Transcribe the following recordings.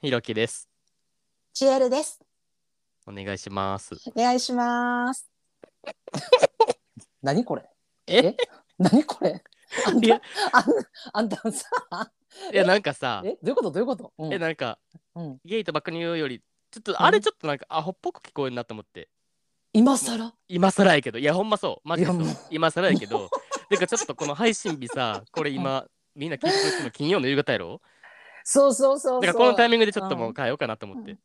ひろきです。チエルです。お願いします。お願いします。何これえ何これあんいやたあんあんたさいや、なんかさえ、どういうことどういうこと、うんえ、なんか、うん、ゲイと爆乳より、ちょっんと、あれちょっとなんか、アホっぽく聞こえるなと思って。今更今更やけど、いや、ほんまそう。マジでそういやもう今更やけ ど、てか、ちょっとこの配信日さ、これ今、みんな聞いてくれてるの金曜の夕方やろそうそうそうそう。だからこのタイミングでちょっともううん変えようかなと思って。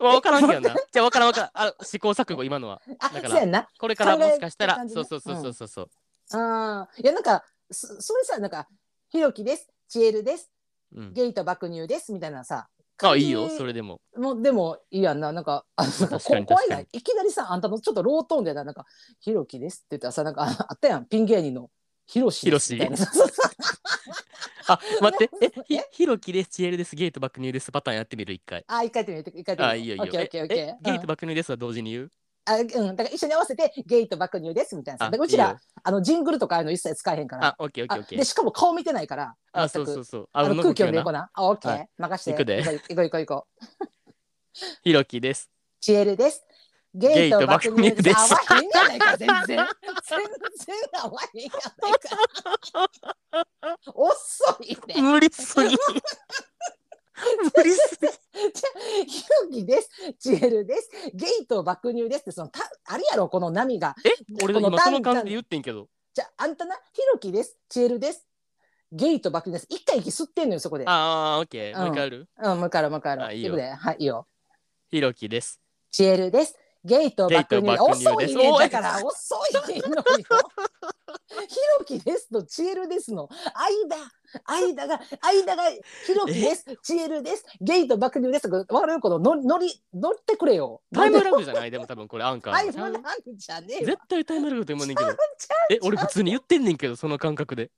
わ分からんけ どな。じゃあ分からん分からん。あ、試行錯誤、今のは。あだからそうやんな。これから考えもしかしたってら、感じそうねそうそうそうそうそう。あいやなんかそそれさなんかひろきです。チエルです。うん。ゲイと爆乳ですみたいなさ。あ、いいよ、それでも。もうでもいいやんななんかあのなんか確かこに怖い確かなにいきなりさあんたのちょっとロートーンでななんか「ひろきです」って言ったらさなんかああったやんピン芸人の「ひろしです」みたいなそうそう あ、待って、え、ひえ、ひろきです、ちえるです、ゲイと爆乳です、パターンやってみる、一回。あ一回やってみる一回やあ、っていいみよ、るいいよ。オッケーオッケーオッええケゲイとー爆乳ですは同時に言ううんあうんだから一緒に合わせて「ゲイと爆乳です」みたいなあさだからうちいいらよあのジングルとかああいうの一切使えへんからあ、オッケーオッケーあオッケでー。しかも顔見てないからあ、そ全うくそうそう。ああの空気読んでいこうな。なあオッケはー任して行くで行こう行こう行こう行こうひろきです。チエルですゲイと爆ゲイと爆乳乳でですす合わへんやないか全然全然合わへんやないか遅いね。無理 すぎ。無理すぎ。ひろきです。チエルです。ゲイと爆乳ですってそのたあるやろこの波が。え、俺この今そのタン感じで言ってんけど。じゃああんたなひろきです。チエルです。ゲイと爆乳です。一回息吸ってんのよそこで。あー、オッケー。もう一回やるうんもう一回やろうもう一回やろあう。いいよくではいいいよ。ひろきです。チエルです。ゲイと爆ゲイ乳と爆乳です遅いおねいだから遅いねんのよ。ひろきですとチエルですの間間が間がひろきですチエルですゲイと爆乳ですわかるこの乗り乗り乗ってくれよ。タイムラグじゃないでも多分これアンカタイームちゃラう。グじゃねえ絶わ。対タイムラグと思うねんけど。ちゃえ、俺普通に言ってんねんけど、その感覚で。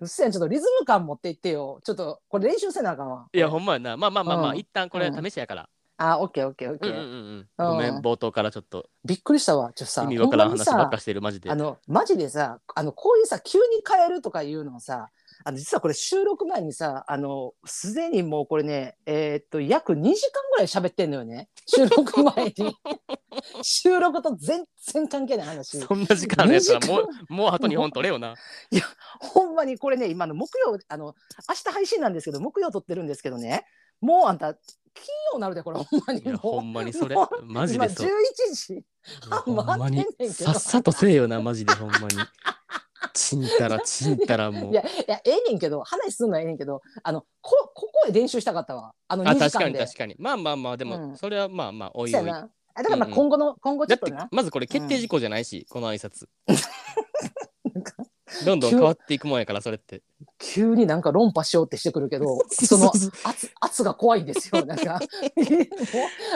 うっせえなちょっとリズム感持っていってよ。ちょっとこれ練習せなあかんわ。いや、ほんまやな。まあまあまあまあ、うん一旦これ試しやから。あ、オッケーオッケーオッうケんうんー。うんうん。ごめん、うん冒頭からちょっとびっくりしたわ。ちょっとさ、意味わからんほんま話にさばっかしてる、マジであ。のマジでさあのこういうさ急に変えるとかいうのをさあの実はこれ収録前にさあのすでにもうこれねえーっと約2時間ぐらい喋ってんのよ ね収録前に収録と全然関係ない 話そんな時間のやつはもう、もうあと2本取れよ な。ほんまにこれね今の木曜あの明日配信なんですけど木曜撮ってるんですけどねもうあんた金曜なるでこれほんまにいや、もうほんまにそれも、マジ今で11そう。時ほんまに回ってんねんけどさっさとせえよなマジでほんまにちんたらちんたらもいうやいやええねんけど話すんのはええねんけどあのこここで練習したかったわあの2あ時間確でかに確かにまあまあまあでうもんそれはまあまあおいそうおいやだな。あだからまあうんうん今後の、今後ちょっっとてな。まずこれ決定事項じゃないしこの挨拶なんかどんどん変わっていくもんやからそれって急になんか論破しようってしてくるけ ど、その圧圧が怖いんですよ。なんか もう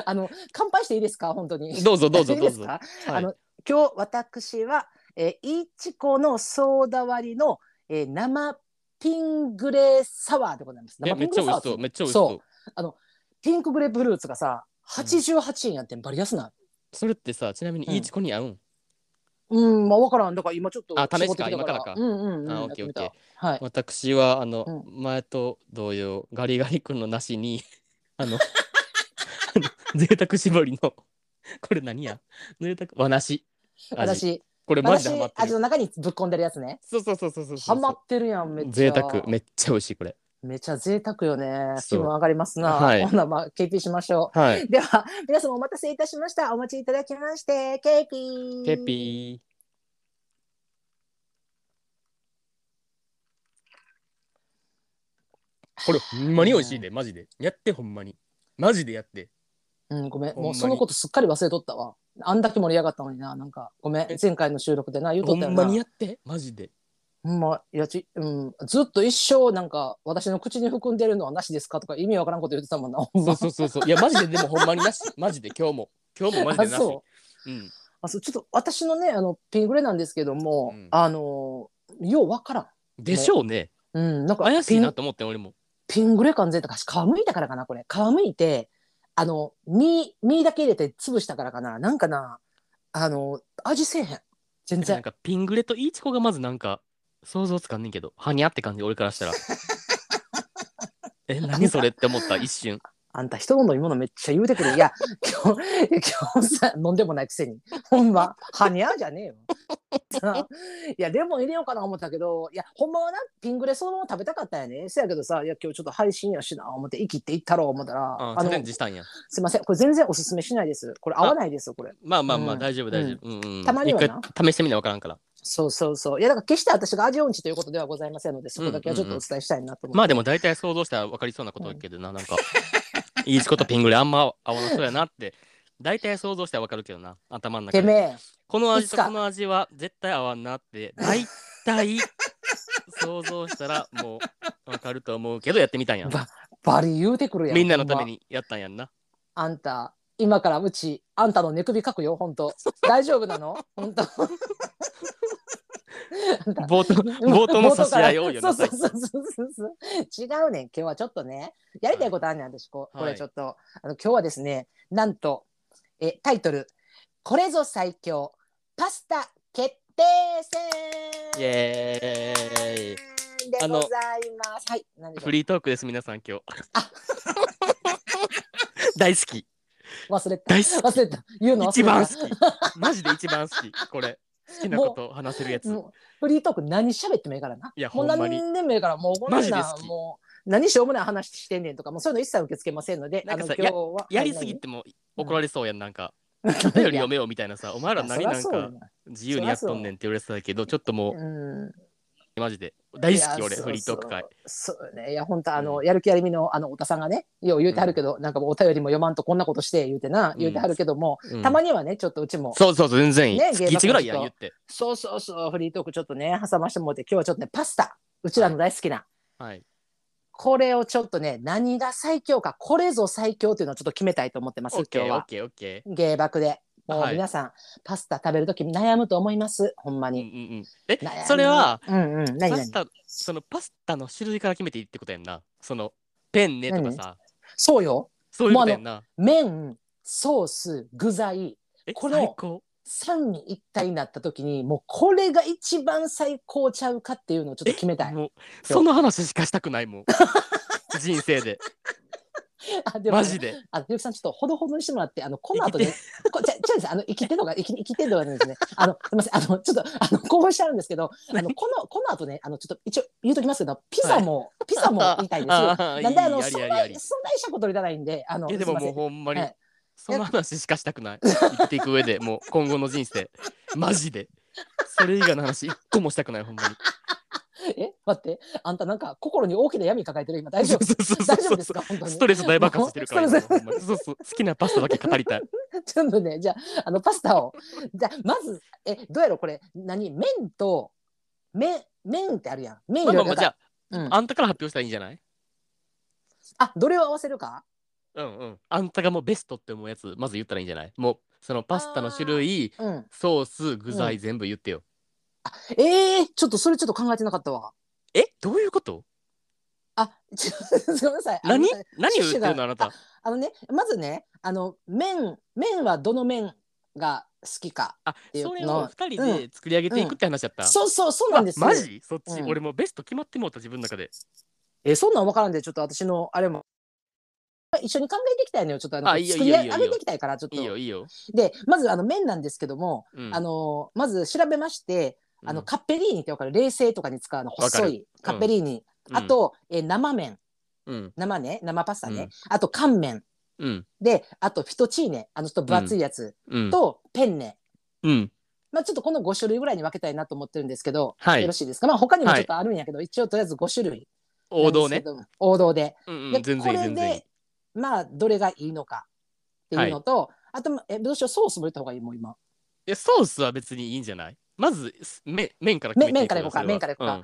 あの乾杯していいですか本当に。どうぞどうぞいいどでうすぞかはあいの今日私は、えー、いちこのソーダ割りの、えー、生ピングレーサワーでございます。え生めピっンちグゃレ美ーサ味しワーってそうめっちゃ美味しそそうピンクグレープフルーツがさ88円やってんバリ安なうそれってさちなみうんにいいチコに合うんうん、まあ、わからん、だから、今ちょっと。あ試しか絞ってきた今からかうん、うん、うん、あやオっッケてーみたオッはい。 私はあのう前と同様ガリガリ君のなしに あのあの贅沢絞りのこれ何や贅沢和なし味私、これマジでハマ私っ、て味るの中にぶっ込んでるやつね。そうそうそうそうそうそハうマってるやん、めっちゃ。贅沢めっちゃ美味しいこれめっちゃ贅沢よね。そ気う分上がりますな。はいほんならまあ、ケーキしましょはい。う。では、皆様お待たせいたしました。お待ちいただきまして、ケーキ。ペッ。ピー。これほんまに美味しいで、マジで。やってほんまに。マジでやって。うん、ごめん、ほんまもうにそのことすっかり忘れとったわ。あんだけ盛り上がったのにな、なんか、ごめんえ、前回の収録でな、言うとほったよんな。まにやって、マジで。ほんまいやち、うん、ずっと一生なんか私の口に含んでるのはなしですかとか意味わからんこと言ってたもんな。ほんそまうそうそうそう。いや、マジででもほんまになし。マジで今日も。今日もマジでなあし。。そうん。あそうちょっと私のねあのピングレなんですけども、うんあのようわからん。でしょうね。うん、なんか怪しピいンなと思って、俺も。ピングレ感全体私皮むいたからかなこれ皮むいてあの身身だけ入れて潰したからかななんかなあの味せえへん全なん然かピングレとイチコがまずなんか想像つかんねん けど、はにゃって感じ、俺からしたら。え、何それって思った、一瞬。あんた人の飲み物めっちゃ言うてくる。いや、今日、今日さ、飲んでもないくせに。ほんま、はにゃーじゃねえよ。いや、レモン入れようかな思ったけど、いや、ほんまはな、ピングレそのまま食べたかったんやね。せやけどさ、いや、今日ちょっと配信やしな、思って、生きていったろう思ったら、あチあャのレン、ジしたんや。すいません、これ全然おすすめしないです。これ合わないですよ、これ。まあまあまあ、うん大丈夫、大丈夫。うんうんたまにはな一回試してみなわからんから。そうそうそう。いや、だから決して私が味音痴ということではございませんので、そこだけはちょっとお伝えしたいなと思って。まあでも大体想像したら分かりそうなことだけどな、なんか、いいチコとピングレあんま合わなそうやなって、大体想像したら分かるけどな、頭の中てめで。え、この味いつとかこの味は絶対合わんなって、 大体想像したらもう分かると思うけど、やってみたんや。ばバリ言うてくるやん。みんなのためほんま。にやったんやんな。あんた、今からうち、あんたの寝首かく よ、本当。大丈夫なの本当。あんた冒 頭冒頭の差し合い多いよな。そうそうそうそうそうそう。違うねん。今日はちょっとね、やりたいことあんねん、私こう。これちょっと、あの今日はですね、なんとえタイトルこれぞ最強パスタ決定イ戦エーイであごのざいます。はい、何でしょフう。リートークです、皆さん、今日あ。 大好き。忘れた。大好き。忘れた。言うの忘れた。一番好き。マジで一番好き。これ。好きなこと話せるやつ。もうフリートーク何喋ってもいいからな。いやもうほんまに何でもいいから、もうこんマジでな好きもう何しようもない話してんねんとか、もうそういうの一切受け付けませんので、なんかさあの今日はやりすぎても怒られそうやん、なんか。お便り読めよみたいなさ。お前ら何なんか自由にやっとんねんって言われてたけど、ちょっともうん、う、マジで。大好いき、や俺、そうフリートーク会。そうそうねいや本当あの、うんやる気ありみのあの太田さんがねよう言うてはるけど、なんかもうお便りも読まんとこんなことして言うてな、ん言うてはるけども、うんたまにはねちょっとうちもそうそうそう、全然いい。ね月1ぐらいやん、芸言能って。そうそうそうフリートークちょっとね挟ましてもらって今日はちょっとねパスタうちらの大好きな、はい。これをちょっとね何が最強かこれぞ最強というのをちょっと決めたいと思ってまオすッケ今日ー、オッはケー、オッケ芸爆でもうはい皆さん、パスタ食べるとき悩むと思いますほんまー。うんに、うんうん。え悩む、それは、うんうん何パ何スタ、そのパスタの種類から決めていいってことやんな。その、ペンネとかさ。そうよそういうことやんな。麺ソース具材え、この最高。三位一体になった時にもうこれが一番最高ちゃうかっていうのをちょっと決めたい。もうその話しかしたくないもん人生で あでもねマジであのゆうきさんちょっとほどほどにしてもらってあのこの後生ねこちゃちゃうですあの生きてるのが生き生きてるのがですねあのすみませんあのちょっとあの興奮しちゃうんですけどあのこのこの後ねあのちょっと一応言うときますけどピザも、ピザも言いたいです。あなあんいいであのやりそんやなりやりそんなしたこといらないんであのいやでももうすいまほんまに、はいその話しかしたくない生きていく上でもう今後の人 生マジでそれ以外の話一個もしたくないほんまにせんえ待ってあんたなんか心に大きな闇抱えてる今大丈夫そうそうそう大そう丈夫ですか本当にストレス大爆発してるからも今うほんまにそうそう好きなパスタだけ語り たいちょっとね、じゃあ、あのパスタを、じゃあ、まず、え、どうやろこれ、何、麺と。麺、麺ってあるやん。麺まあ入まあまれあるじゃあ、うんあんたから発表したらいいんじゃないあ、どれを合わせるか。うんうんあんたがもうベストって思うやつまず言ったらいいんじゃないもうそのパスタの種類うん。ソース具う材全部言ってよ、えー、ちょっと、それちょっと考えてなかったわ。えどういうことあ、ちょ すみません。あの何何を言ってる趣旨のがあなたあのね、まずね、あの、麺、麺はどの麺が好きか。あていうそれのを二人で作り上げていくって話だった、そうそう、そうなんですよ。あマジそっち、うん俺もうベスト決まってもうた自分の中でえ、そんなんわからんで、ちょっと、私の、あれも。一緒に考えていきたいのよ、ちょっと、あの、あいいよ作りいいよいい上よげていきたいから、ちょっといい。よいいよ、で、まず、あの、麺なんですけども。うんあのまず調べまして、あうのんカッペリーニってわかる冷製とかに使うあのわかる細いカッペリーニ、うんあと、えー生麺うん生ね生パスタね、うんあと乾麺うんであとフィトチーネあのちょっと分厚いやつ、うんとペンネ、うんまあ、ちょっとこの5種類ぐらいに分けたいなと思ってるんですけど、はよろいしいですか、まあ、他にもちょっとあるんやけど、一応とりあえず5種類王道なんねですけど王道でうんでうん全然いいこれ全然いいでまあどれがいいのかっていうのと、あとえどうしようソースも入れた方がいいもう今いやソースは別にいいんじゃないまずす麺麺からめ決めて麺からいこうそかれは麺からいこうかん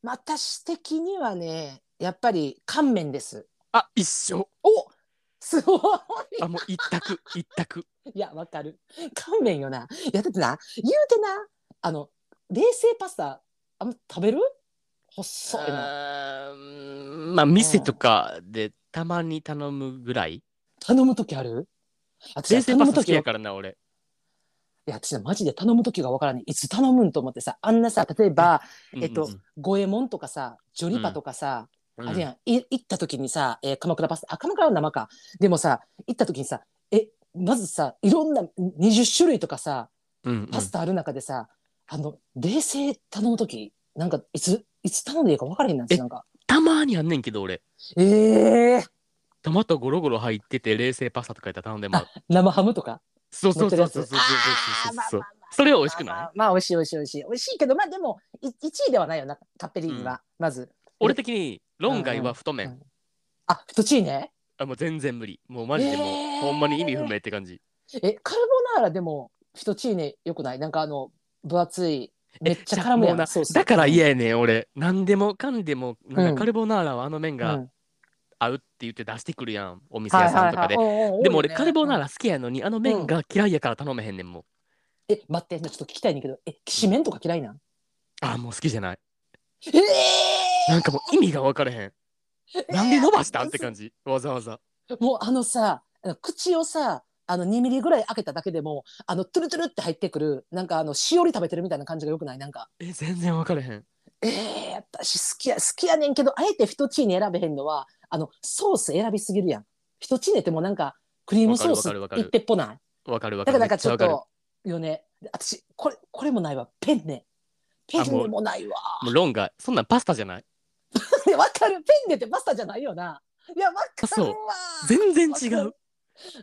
まあ私的にはねやっぱり乾麺ですあ一緒おすごいあもう一 択一択いやわかる乾麺よないやだってな言うてなあの冷製パスタあんま食べる細いのあーまあ店とかでたまに頼むぐらい頼む時ある私冷な製頼パむスタ好き時はやいからな俺や私なマジで頼む時がわからないいつ 頼むんと思ってさあんなさ例えばうんうんえっと五右衛門とかさジョリパとかさ、うんあれやん、い行った時にさ、えー鎌倉パスタ、あ、鎌倉は生か。でもさ、行った時にさ、え、まずさ、いろんな20種類とかさ、うんうんパスタある中でさ、あの、冷製頼む時、なんか、いつ、いつ頼んでいいか分からへんなんですえなんか。たまにあんねんけど俺ええー、トマトゴロゴロ入ってて冷製パスタとかやったら頼んでもらう生ハムとか。そうそうそうそうそうそうあーまあそうまあまあそれは美味しくまあまないあまあ美味しい美味しい美味しい美味しいけどまあでもい一位ではないよなカッペリーニは、まず俺的に論外は太うん麺あ太チーネあもう全然無理もうマジでもう、えーほんまに意味不明って感じえカルボナーラでも太チーネよくないなんかあの分厚いめっちゃじゃ絡むもやうんなソースだから嫌やねん俺何でもかんでもなんうんかカルボナーラはあの麺うがん合うって言って出してくるやんお店屋さんとかではいはいはいおうおうでも多い俺よねカルボナーラ好きやのにあの麺が嫌いやから頼めへんねんもうえ待ってちょっと聞きたいねんだけどえきしめんとか嫌いなんあーもう好きじゃないえなんかもう意味が分かれへんえなんで伸ばしたんって感じわざわざもうあのさあの口をさあの2ミリぐらい開けただけでもあのトゥルトゥルって入ってくるなんかあのしおり食べてるみたいな感じがよくないなんかえ全然分かれへんええ私好きや、好きやねんけど、あえてフィトチーネ選べへんのは、あの、ソース選びすぎるやん。フィトチーネってもうなんか、クリームソースわかるわかるいってっぽない。分かる分だかからるなんかちょっめちゃわと、よね。で私、これ、これもないわ。ペンネ。ペンあもネうもないわ。 かるもう論外そんなんパスタじゃないでわかる。ペンネってパスタじゃないよな。いや、わかるわ。全然違わかうる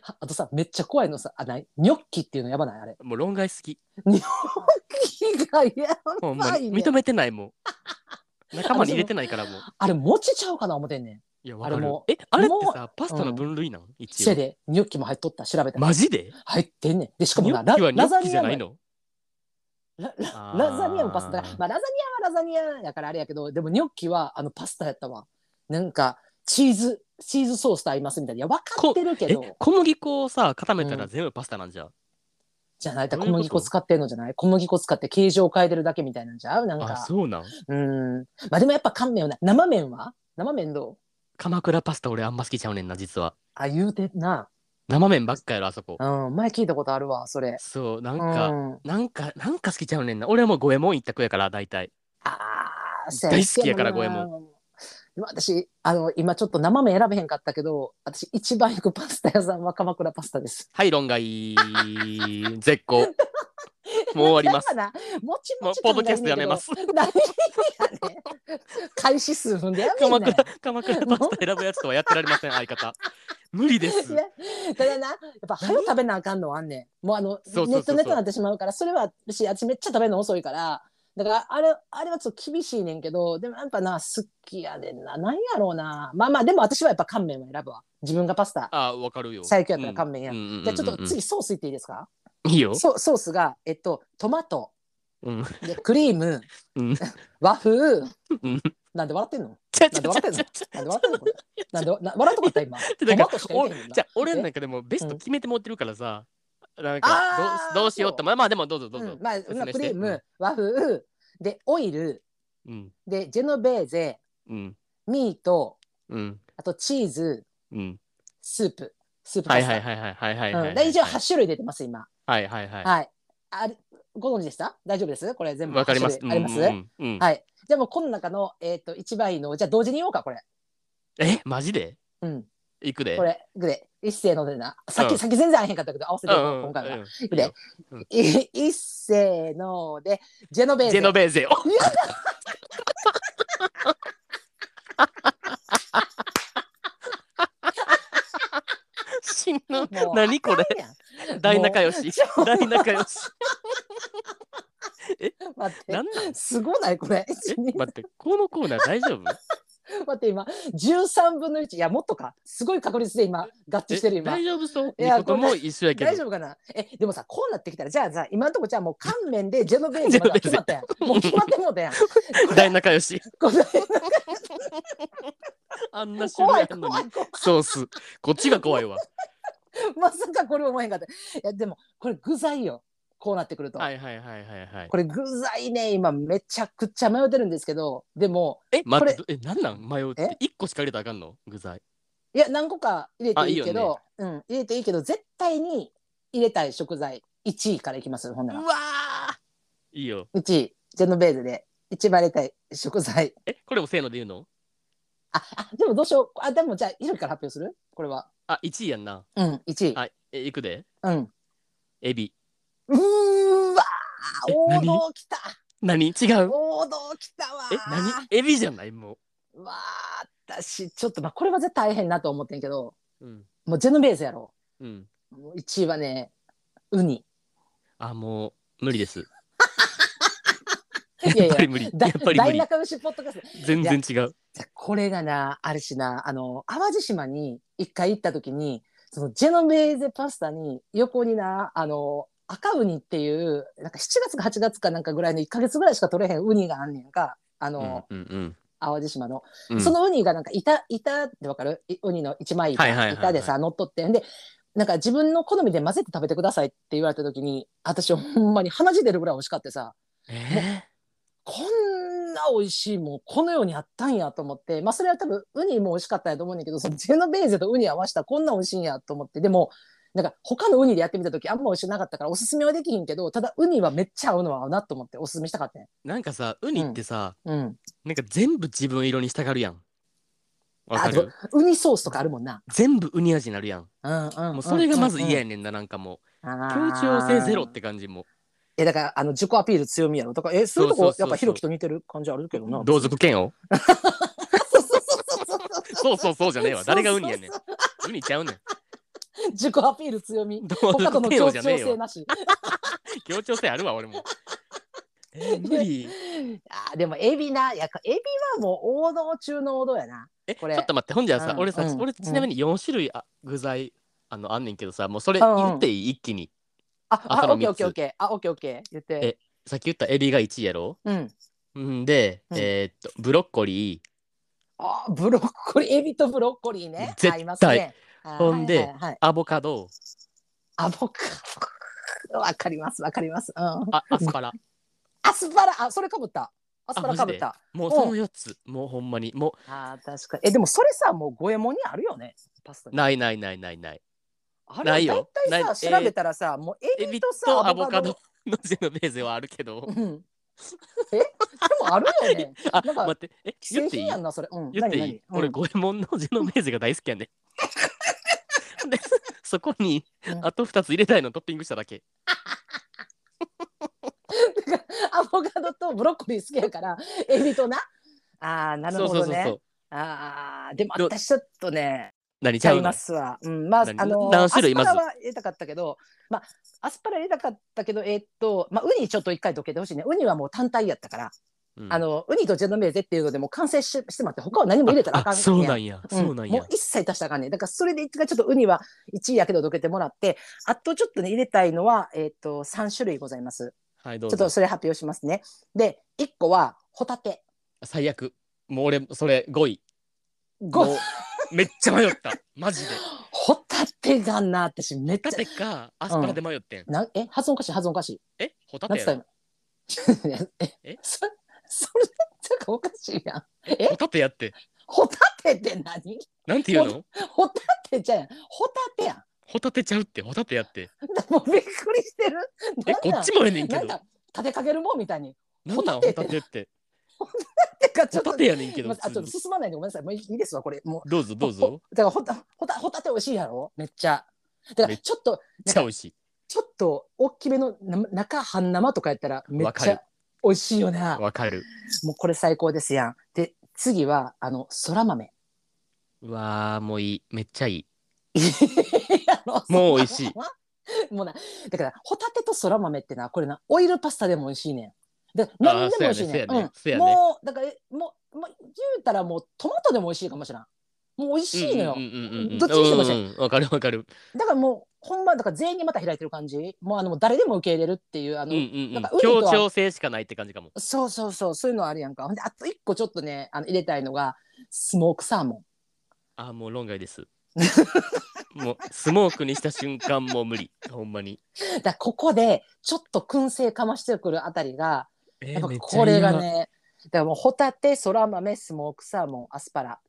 あ あとさ、めっちゃ怖いのさ、あ、ない。ニョッキっていうのやばないあれ。もう論外好きニョッキがやほんばまいにね認。めてない もう仲間に入れてないからもうあれ、餅ちゃうかな思てんねん。いやあわれかるもえあれってもさパスタの分類なの一せい応で、ニョッキも入っとった。調べたら。マジで入ってんねん。で、しかもニな、ョラッキはニョラザッキニじゃアないものラあーラザニアもパスタだから、まあ、ラザニアはラザニアやからあれやけど、でもニョッキはあのパスタやったわ。なんか、チーズ、チーズソースと合いますみたいな。いや、分かってるけえど、小麦粉をさ固めたうらん全部パスタなんじゃう、じゃない。だどうい小うこと麦粉使ってんのじゃない小麦粉使って形状変えてるだけみたいなんじゃうなんあか。そうなんうん。まあでもやっぱ乾麺はな、生麺は生麺どう鎌倉パスタ俺あんま好きちゃうねんな実はあ、言うてんな。生麺ばっかやろあそこうん。前聞いたことあるわ、それ。そうなんうん。か、あなんかなんか好きちゃうねんな俺はもう五右衛門一択やから大体あ、せ大好きやからせな五でも私あの今ちょっと生麺選べへんかったけど私一番行くパスタ屋さんは鎌倉パスタです。はい論 外絶好もう終わりますだからもちももうちポッ感がドキャストやめますいいんだけど。何やねん開始数分でやめんな鎌よ倉鎌倉パスタ選ぶやつとはやってられません相 方無理ですいやただなやっぱ早食べなあかんのはあんねん。もうあのそうそうそうそうネットネットになってしまうからそれは私私めっちゃ食べるの遅いから。だからあれあれはちょっと厳しいねんけどでもやっぱな好きやねんななんやろうなまあまあでも私はやっぱ乾麺を選ぶわ自分がパスタあわかるよ最強やったら乾麺やうんうんうんうんじゃあちょっと次ソースいっていいですかいいよソソースが、えっと、トマト、うんでクリーム、うん和風うん。なんで笑ってんのちゃなちんゃでち笑ゃってんちゃちゃのなんで笑ってんのこれなんでわな笑っとかっ た今。トマトしか言おってへんもんじなゃあ俺の中でもベスト決めて持ってるからさ、なんあかーどうどうしようってそうまあまあでもどうぞどううんぞ、まあ、説明してクリーム、うん和風、で、オイル、うんで、ジェノベーゼ、うんミート、うんあとチーズ、うんスープ、スープパはスいタ。はいはいはいはいはいはいうんで、一応8種類出てます、今。はいはいははい。あれ、ご存知でした大丈夫ですこれい全部。わかります8種類あります、うんうんうんはい。じゃあもうこの中の、えっ、と、一番いいのを、じゃあ同時に言おうか、これ。えマジでうん。いくでこれ、ぐで、一斉のでな。さっき、うんさっき全然会えへんかったけど、合わせうていこうんうん今回は。うんいくで。い一斉ので、ジェノベーゼ。ジェノベーゼおいや死ぬもう何これあかんやん大仲良しちょ大仲良 し待ってなんなんすごないこれ。え一二待ってこのコーナー大丈 夫待って今13分の1いやもっとかすごい確率で今合致してるえ今大丈夫そういや二個とも一緒やけど大丈夫かなえでもさこうなってきたらじゃあさ今のとこじゃあもう乾麺でジェノベーゼまだ決まったやんもう決まってもうたやん 大仲良しこれあんな種類怖あいるの怖にい怖いソースこっちが怖いわまさかこれ思えんかったいやでもこれ具材よこうなってくると、はいはいはいはいはいこれ具材ね今めちゃくちゃ迷ってるんですけどでもえ、待ってこ、え、なんなん迷うっえて。一個しか入れたらあかんの具材。いや何個か入れていいけどうん、入れていいけど絶対に入れたい食材1位からいきますほんならいいよ。 1位ジェノベーゼで一番入れたい食材え、これもせーので言うのあ、あでもどうしよう。あ、でもじゃあ、いるから発表するこれは。あ、1位やんな。うん、1位。あ、え、いくで。うん。エビ。うーわーえ王何道きた何違う。王道きたわーえ、何エビじゃないもうわー私、ちょっと、まあ、これは絶対大変なと思ってんけど、う。うん。もうジェノベーゼやろ。うん。もう1位はね、ウニ。あ、もう、無理です。いややいっやぱり無理。だやっぱり無大理。仲良しポッドキャスト。全然違う。じゃあこれがな、あれしな、あの、淡路島に一回行った時に、そのジェノベーゼパスタに横にな、あの、赤ウニっていう、なんか7月か8月かなんかぐらいの1ヶ月ぐらいしか取れへんウニがあんねんか。あうのん、うんうん淡路島の。うん。そのウニがなんか板、板ってわかるいウニの一枚板,、はいはいはいはい板でさ、乗っとって。で、なんか自分の好みで混ぜて食べてくださいって言われた時に、私ほんまに鼻血出るぐらい美味しかってさ、えこんな美味しいもん、このようにあったんやと思って、まあそれは多分ウニも美味しかったんやと思うんだけど、そのジェノベーゼとウニ合わせたらこんな美味しいんやと思って、でも、なんか他のウニでやってみた時あんま美味しくなかったからおすすめはできひんけど、ただウニはめっちゃ合うのは合うなと思っておすすめしたかったね。ーなんかさ、ウニってさ、うん。なんか全部自分色にしたがるやん。わかあ、でもるウニソースとかあるもんな。全部ウニ味になるやん。うんうんもうそれがまずうんうん嫌やねんな、なんかもう。あ協ー調性ゼロって感じも。え、だから、あの、自己アピール強みやろ。だから、え、そういうとそうこそう、そやうっぱ、ひろきと似てる感じあるけどな。同族嫌悪そうそうそうそうそうそうそうじゃねえわ。そうそうそ誰うがウニやねん。ウニちゃうねん。 自己アピール強み。同他との族嫌協悪調じゃねえ性よ。なし。協調性あるわ、俺 も。えー無理。あー、でも、エビな、いや、エビはもう王道中の王道やな。え、ちこょれっと待って、ほんじゃうさん、俺さう、ん俺うんちなみに4種類あ具材あのあんねんけどさ、もうそれうんうん言っていい一気に。あ、あそあ、のオッケー三つオッケーオッケー。あ、オッケーオッケー。言って。さっき言ったエビが1位やろうん。んで、うんえーっと、ブロッコリあー、ブロッコリー、エビとブロッコリーね。絶対合いますね。ほんであーはいはいはいー、アボカド、アボカド。 わかります、わかります。うん。あアス パラ。アスパラ、あ、それかぶった。アスパラかぶった。もうその4つ、もうほんまに、もあー確かに。え、でもそれさ、もう五右衛門にあるよね。パスタう、ないないないないない。あなれいだいよたいさ、な調いべたらさ、もうエエビビととさ、アボカド。のジェノベーゼはあるけどう。んえ、でもあるよね。 あ、なんか待って、え、既言製ってい品いやんな、それ。うん。言っていい、何何俺うん五右衛門のジェノベーゼが大好きやねんでそこにうんあと2つ入れたいのトッピングしただけ アボカドとブロッコリー好きやから、エビとな。ああ、なるほどそうそうそうそねう。ああ、でも私ちょっとね、何ちちゃゃいうのますわ。うん、まあ、何あの、何種類アスパラまは入れたかったけど、まあ、アスパラ入れたかったけど、えーっと、まあ、ウニちょっと一回どけてほしいね。ウニはもう単体やったから。うんあのウニとジェノベーゼっていうのでもう完成ししてまって他は何も入れたらあかんあねそうなんんや、んそうなんもやう一切足したらあかんねんだからそれで一回ちょっとウニは1位やけどどけてもらってあとちょっとね入れたいのは、えっと3種類ございますはいどちうょっとぞそれ発表しますねで1個はホタテ最悪もう俺それ5位もごうめっちゃ迷ったマジでホタテがな私めっちホゃタテかアスパラで迷ってん、なんえ発音おかしい発音おかしいえホタなんテつっやたろ今 ええそそれなんかおかしいやんえホタテやってホタテって何なんて言うのホタテじゃんホタテやんホタテちゃうってホタテやってでもびっくりしてる。えなんこなんっちもええねんけなんどか立てかけるもんみたいに。なんなんホホタタテテっててかちホょっとタテやねんけどまあちょっ普と通に進まないでごめんなさい。もういいですわこれ。もうどうぞどうほぞだからほたほたほたて美味しいやろ。めっちゃ。だかめらっちょっとめっちゃ美味しいちょっと大きめのな中半生とかやったらめっわかちるゃ美味しいよな。わかるもうこれ最高ですやん。で次はあのそ ら豆。うわーもういいめっちゃいいももう美味しい。もうな、だから、ホタテとそら豆ってな、これな、オイルパスタでも美味しいねん。で、何でも美味しいねん。あーそうやねうそうやねそうやん、ねもう、だから、えもう、もう言うたら、もう、トマトでも美味しいかもしれん。もう美味しいのよ。うんうんうんうんうんどっちにしてもさうんうんわかるわかる。だから、もう、ほんま、だから、全員にまた開いてる感じ。もう、あの、もう誰でも受け入れるっていう、あうの。んうんうなんんかウニ。と協は調性しかないって感じかも。そうそうそう、そういうのあるやんか。ほんで、あと一個ちょっとね、あの、入れたいのが、スモークサーモン。あーもう論外 です。もうスモークにした瞬間もう無理。ほんまに。だからここで、ちょっと燻製かましてくるあたりが、えやっぱめっちゃいいこれがわ。ね、だからもうホタテ、そら豆、スモークサーモン、アスパラ。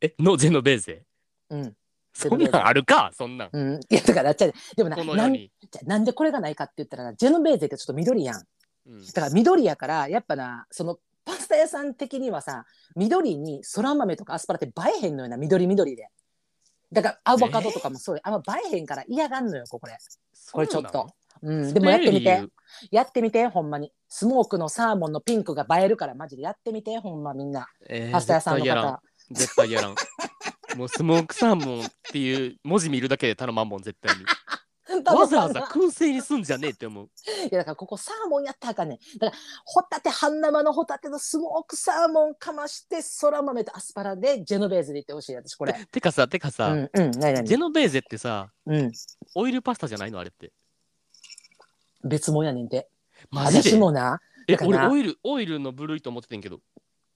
えのジェノベーゼ。うん。そんなんあるかそんなん。うん。いや、だから、じゃあでもな、このな世んじに。ゃあなんでこれがないかって言ったらな、ジェノベーゼってちょっと緑やん。うんだから緑やから、やっぱな、そのパスタ屋さん的にはさ緑にそら豆とかアスパラって映えへんのよな緑緑でだからアボカドとかもそうよあんま映えへんから嫌がんのよこれ、これちょっとうん、でもやってみてやってみてほんまにスモークのサーモンのピンクが映えるからマジでやってみてほんまみんなパパスタ屋さんの絶対やらん 方絶対やらんもうスモークサーモンっていう文字見るだけで頼まんもん絶対 にわざわざ燻製にすんじゃねえって思ういやだからここサーモンやったらあかんねんだからホタテ半生のホタテのスモークサーモンかましてそら豆とアスパラでジェノベーゼでいってほしい私これてかさてかうさ、んうん何ジェ何ノベーゼってさうんオイルパスタじゃないのあれって別もんやねんてマジ私でもなえだか俺らなオイルオイルの部類と思っててんけど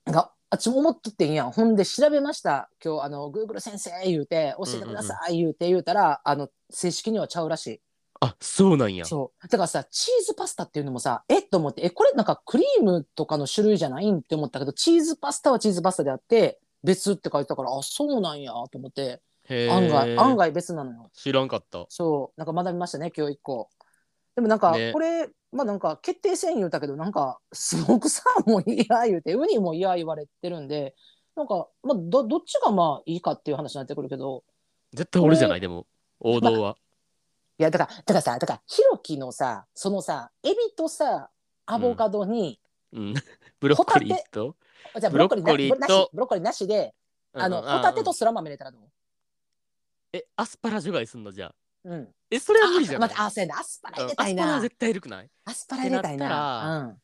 があっちも思っとってんやんほんで調べました今日あのグーグル先生言うて教えてください言うて言うたら、あの正式にはちゃうらしいあそうなんやそうだからさチーズパスタっていうのもさえっと思ってえこれなんかクリームとかの種類じゃないんって思ったけどチーズパスタはチーズパスタであって別って書いてたからあそうなんやと思ってへえ案外案外別なのよ知らんかったそうなんか学びましたね今日一個でもなんかねこれ、まあなんか決定戦言うたけどなんかスモークサーモン嫌言うてウニも嫌言われてるんでなんか、まあ、どどっちがまあいいかっていう話になってくるけど絶対俺じゃないでも王道は、いやだからだからさだからヒロキのさそのさエビとさアボカドに、うん、 ブロッコリホータテとじゃあブブロロッッココリリーーなとブロなしブロッコリーなしで、あのうんホうんタテうとんそら豆入れたらどう？えアスパラ除外すんのじゃあうん。えそれは無理じゃあない待ってあそうやなアスパラうん入アれスたいパラはな。絶対いるくないアスパラ入れたいってなな。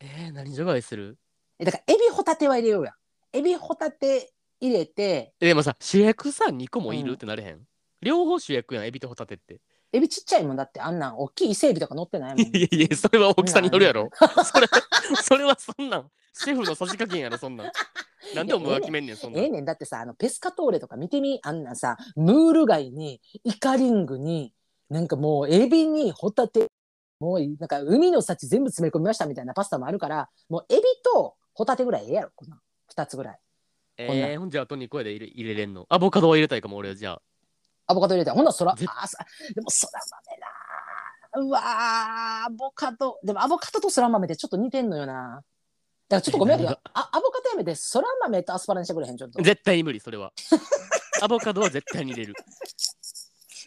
えー、何除外するうん。えだからエビホタテは入れようや。エビホタテ入れてえでもさ主役さ2個もいうんるってなれへん、両方主役やんエビとホタテってエビちっちゃいもんだってあんなん大きい伊勢エビとか乗ってないもん。 いやいやいやそれは大きさによるやろそれそれはそんなんシェフのさじ加減やろそんなんなんでお前が決めんねんそんなええんねんだってさあのペスカトーレとか見てみあんなんさムール貝にイカリングになんかもうエビにホタテもうなんか海の幸全部詰め込みましたみたいなパスタもあるからもうエビとホタテぐらいええやろこんなん2つぐらいこんなんえー、ほんじゃあと2個やで入れ入れれんのアボカドは入れたいかも俺はじゃあアボカド入れたいほんならそらあぜーそでもそら豆なーうわーアボカドでもアボカドとそら豆でちょっと似てんのよなだからちょっとごめんやけえどあアボカドやめてそら豆とアスパラにしてくれへんちょっと絶対に無理それはアボカドは絶対に 入れる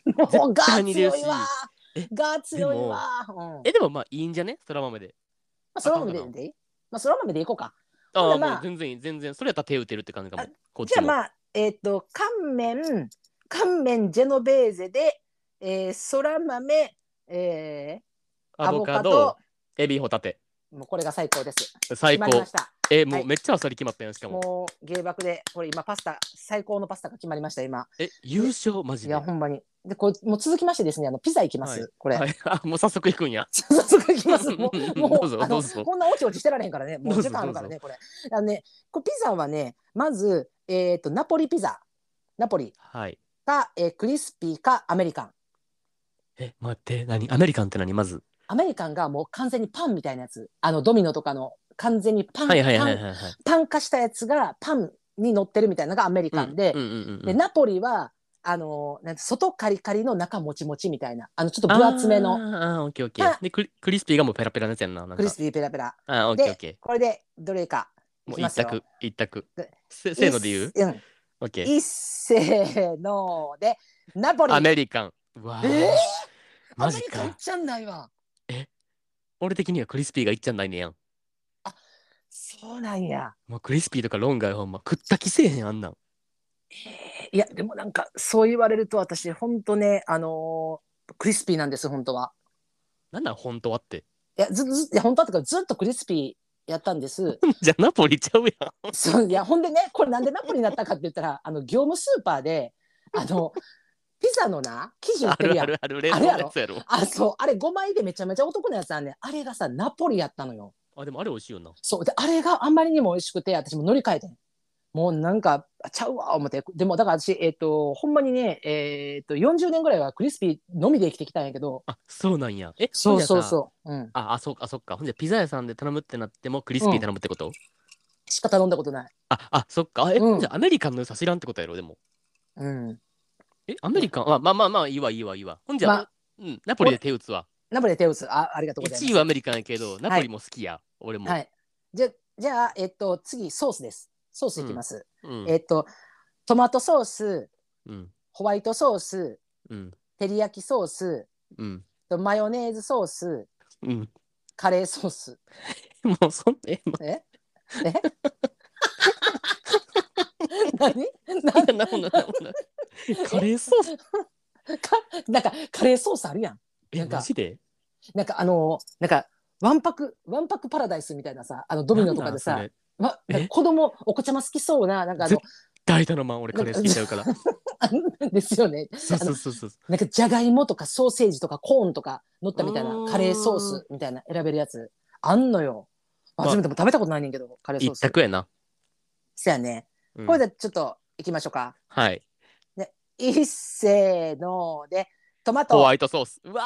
もうガ絶対ーに入れ強るしいわーえガー強いわーうんえでもまあいいんじゃねそら豆でまあ、そら豆ででいいまあ、そら豆でいこうか。あほあ、んならまもあう全然いい全然それやったら手打てるって感じかもあこっじちゃあも、まあ、えっ、と、乾麺、乾麺ジェノベーゼで、えー、そら豆、えー、アボカドエビホタテもうこれが最高です。最決まり高ました。えもはいうめっちゃあっさり決まったやんしかももう芸爆で、これ今パスタ、最高のパスタが決まりました、今。え優勝マジいでや、ほんまに。で、これ、もう続きましてですね、あの、ピザいきます、はいこれ。 はい、あもう早速行くんや。早速いきます。もう、も どううぞあどのうぞこんなおちおちしてられへんからね。もどうう時ぞ間あるからね、これ。あのね、これピザはね、まず、えっ、と、ナポリピザ。ナポリはい。か、えークリスピーか、アメリカン。え、待って、何アメリカンって何まず。アメリカンがもう完全にパンみたいなやつ。あの、ドミノとかの完全にパン、はいはいはいパンはい。パン化したやつがパンに乗ってるみたいなのがアメリカンで、うんうんうんうんで、ナポリは、あのーなんて外カリカリの中もちもちみたいな、あの、ちょっと分厚めのあーあー、オッケーオッケあー。で、クリクリスピーがもうペラペラのやつやんな。なんクかリスピーペラペラ。あーオッケーオッケで、これでどれか。ー。もいうきま一すよ択、一択で。せせーので言ういっうん。オッケー。いっせーので、ナポリ。アメリカン。うわあ、えーマジアメリカンいっか。ちゃんないわ。俺的にはクリスピーがいっちゃんないねやん。そうなんや。もうクリスピーとかロンガイほんま。食った気せえへん、あんなん。いや、でもなんか、そう言われると私、ほんとね、あのークリスピーなんです、本当は。なんなん、本当はって。 いや、ずずいや本当はっていうかずっとクリスピーやったんです。じゃあ、ナポリちゃうやん。そういやほんでねこれなんでナポリになったかって言った らあの業務スーパーであのピザのな生地売っあてるるやあん。るある、冷あ凍れのやろやつやろ。あそうあれ5枚でめちゃめちゃお得なやつあんねんあれがさナポリやったのよあ、でもあれ美味しいよな。そうであれがあんまりにも美味しくて私も乗り換えてんもうなんかちゃうわ思ってでもだから私えっ、とほんまにねえっ、と40年ぐらいはクリスピーのみで生きてきたんやけどあ、そうなんや。え、そうほんじゃそあうさそううんあ、あ、そうか、そうか。ほんじゃ、ピザ屋さんで頼むってなっても、クリスピー頼むってこと、しか頼んだことないあ、あ、そっか。あえ、うんほんじゃ、アメリカンの良さ知らんってことやろ、でも。うんえ、アメリカン、あ、まあまあまあ、いいわ、いいわ、いいわ。ほんじゃ、まあうん、ナポリで手打つわ。ナポリで手打つあありがとうございます1位はアメリカンやけど、ナポリも好きや、俺も。はい。じゃあじゃあ、えっと、次、ソースです。ソースいきます。うんえっと、トマトソース、うんホワイトソース、うん照り焼きソース、うんとマヨネーズソース、うん カレーソース。もうそんえまえ え何 何なもんな なもんなカレーソースかなんかカレーソースあるやん。なえんかマジでなんかあのなんかワンパクワンパクパラダイスみたいなさあのドミノとかでなんさなんそれま、えなんか子供お子ちゃま好きそうななんかあの大だのまん俺カレー好きちゃうから あのですよねそうそうそうそうなんかじゃがいもとかソーセージとかコーンとか乗ったみたいなうーんカレーソースみたいな選べるやつあんのよ。まあ初めても食べたことないねんけどカレーソー一ス。択やなそやね。うんこれでちょっと行きましょうか。はいいっせーのでトマホトワイトソースうわ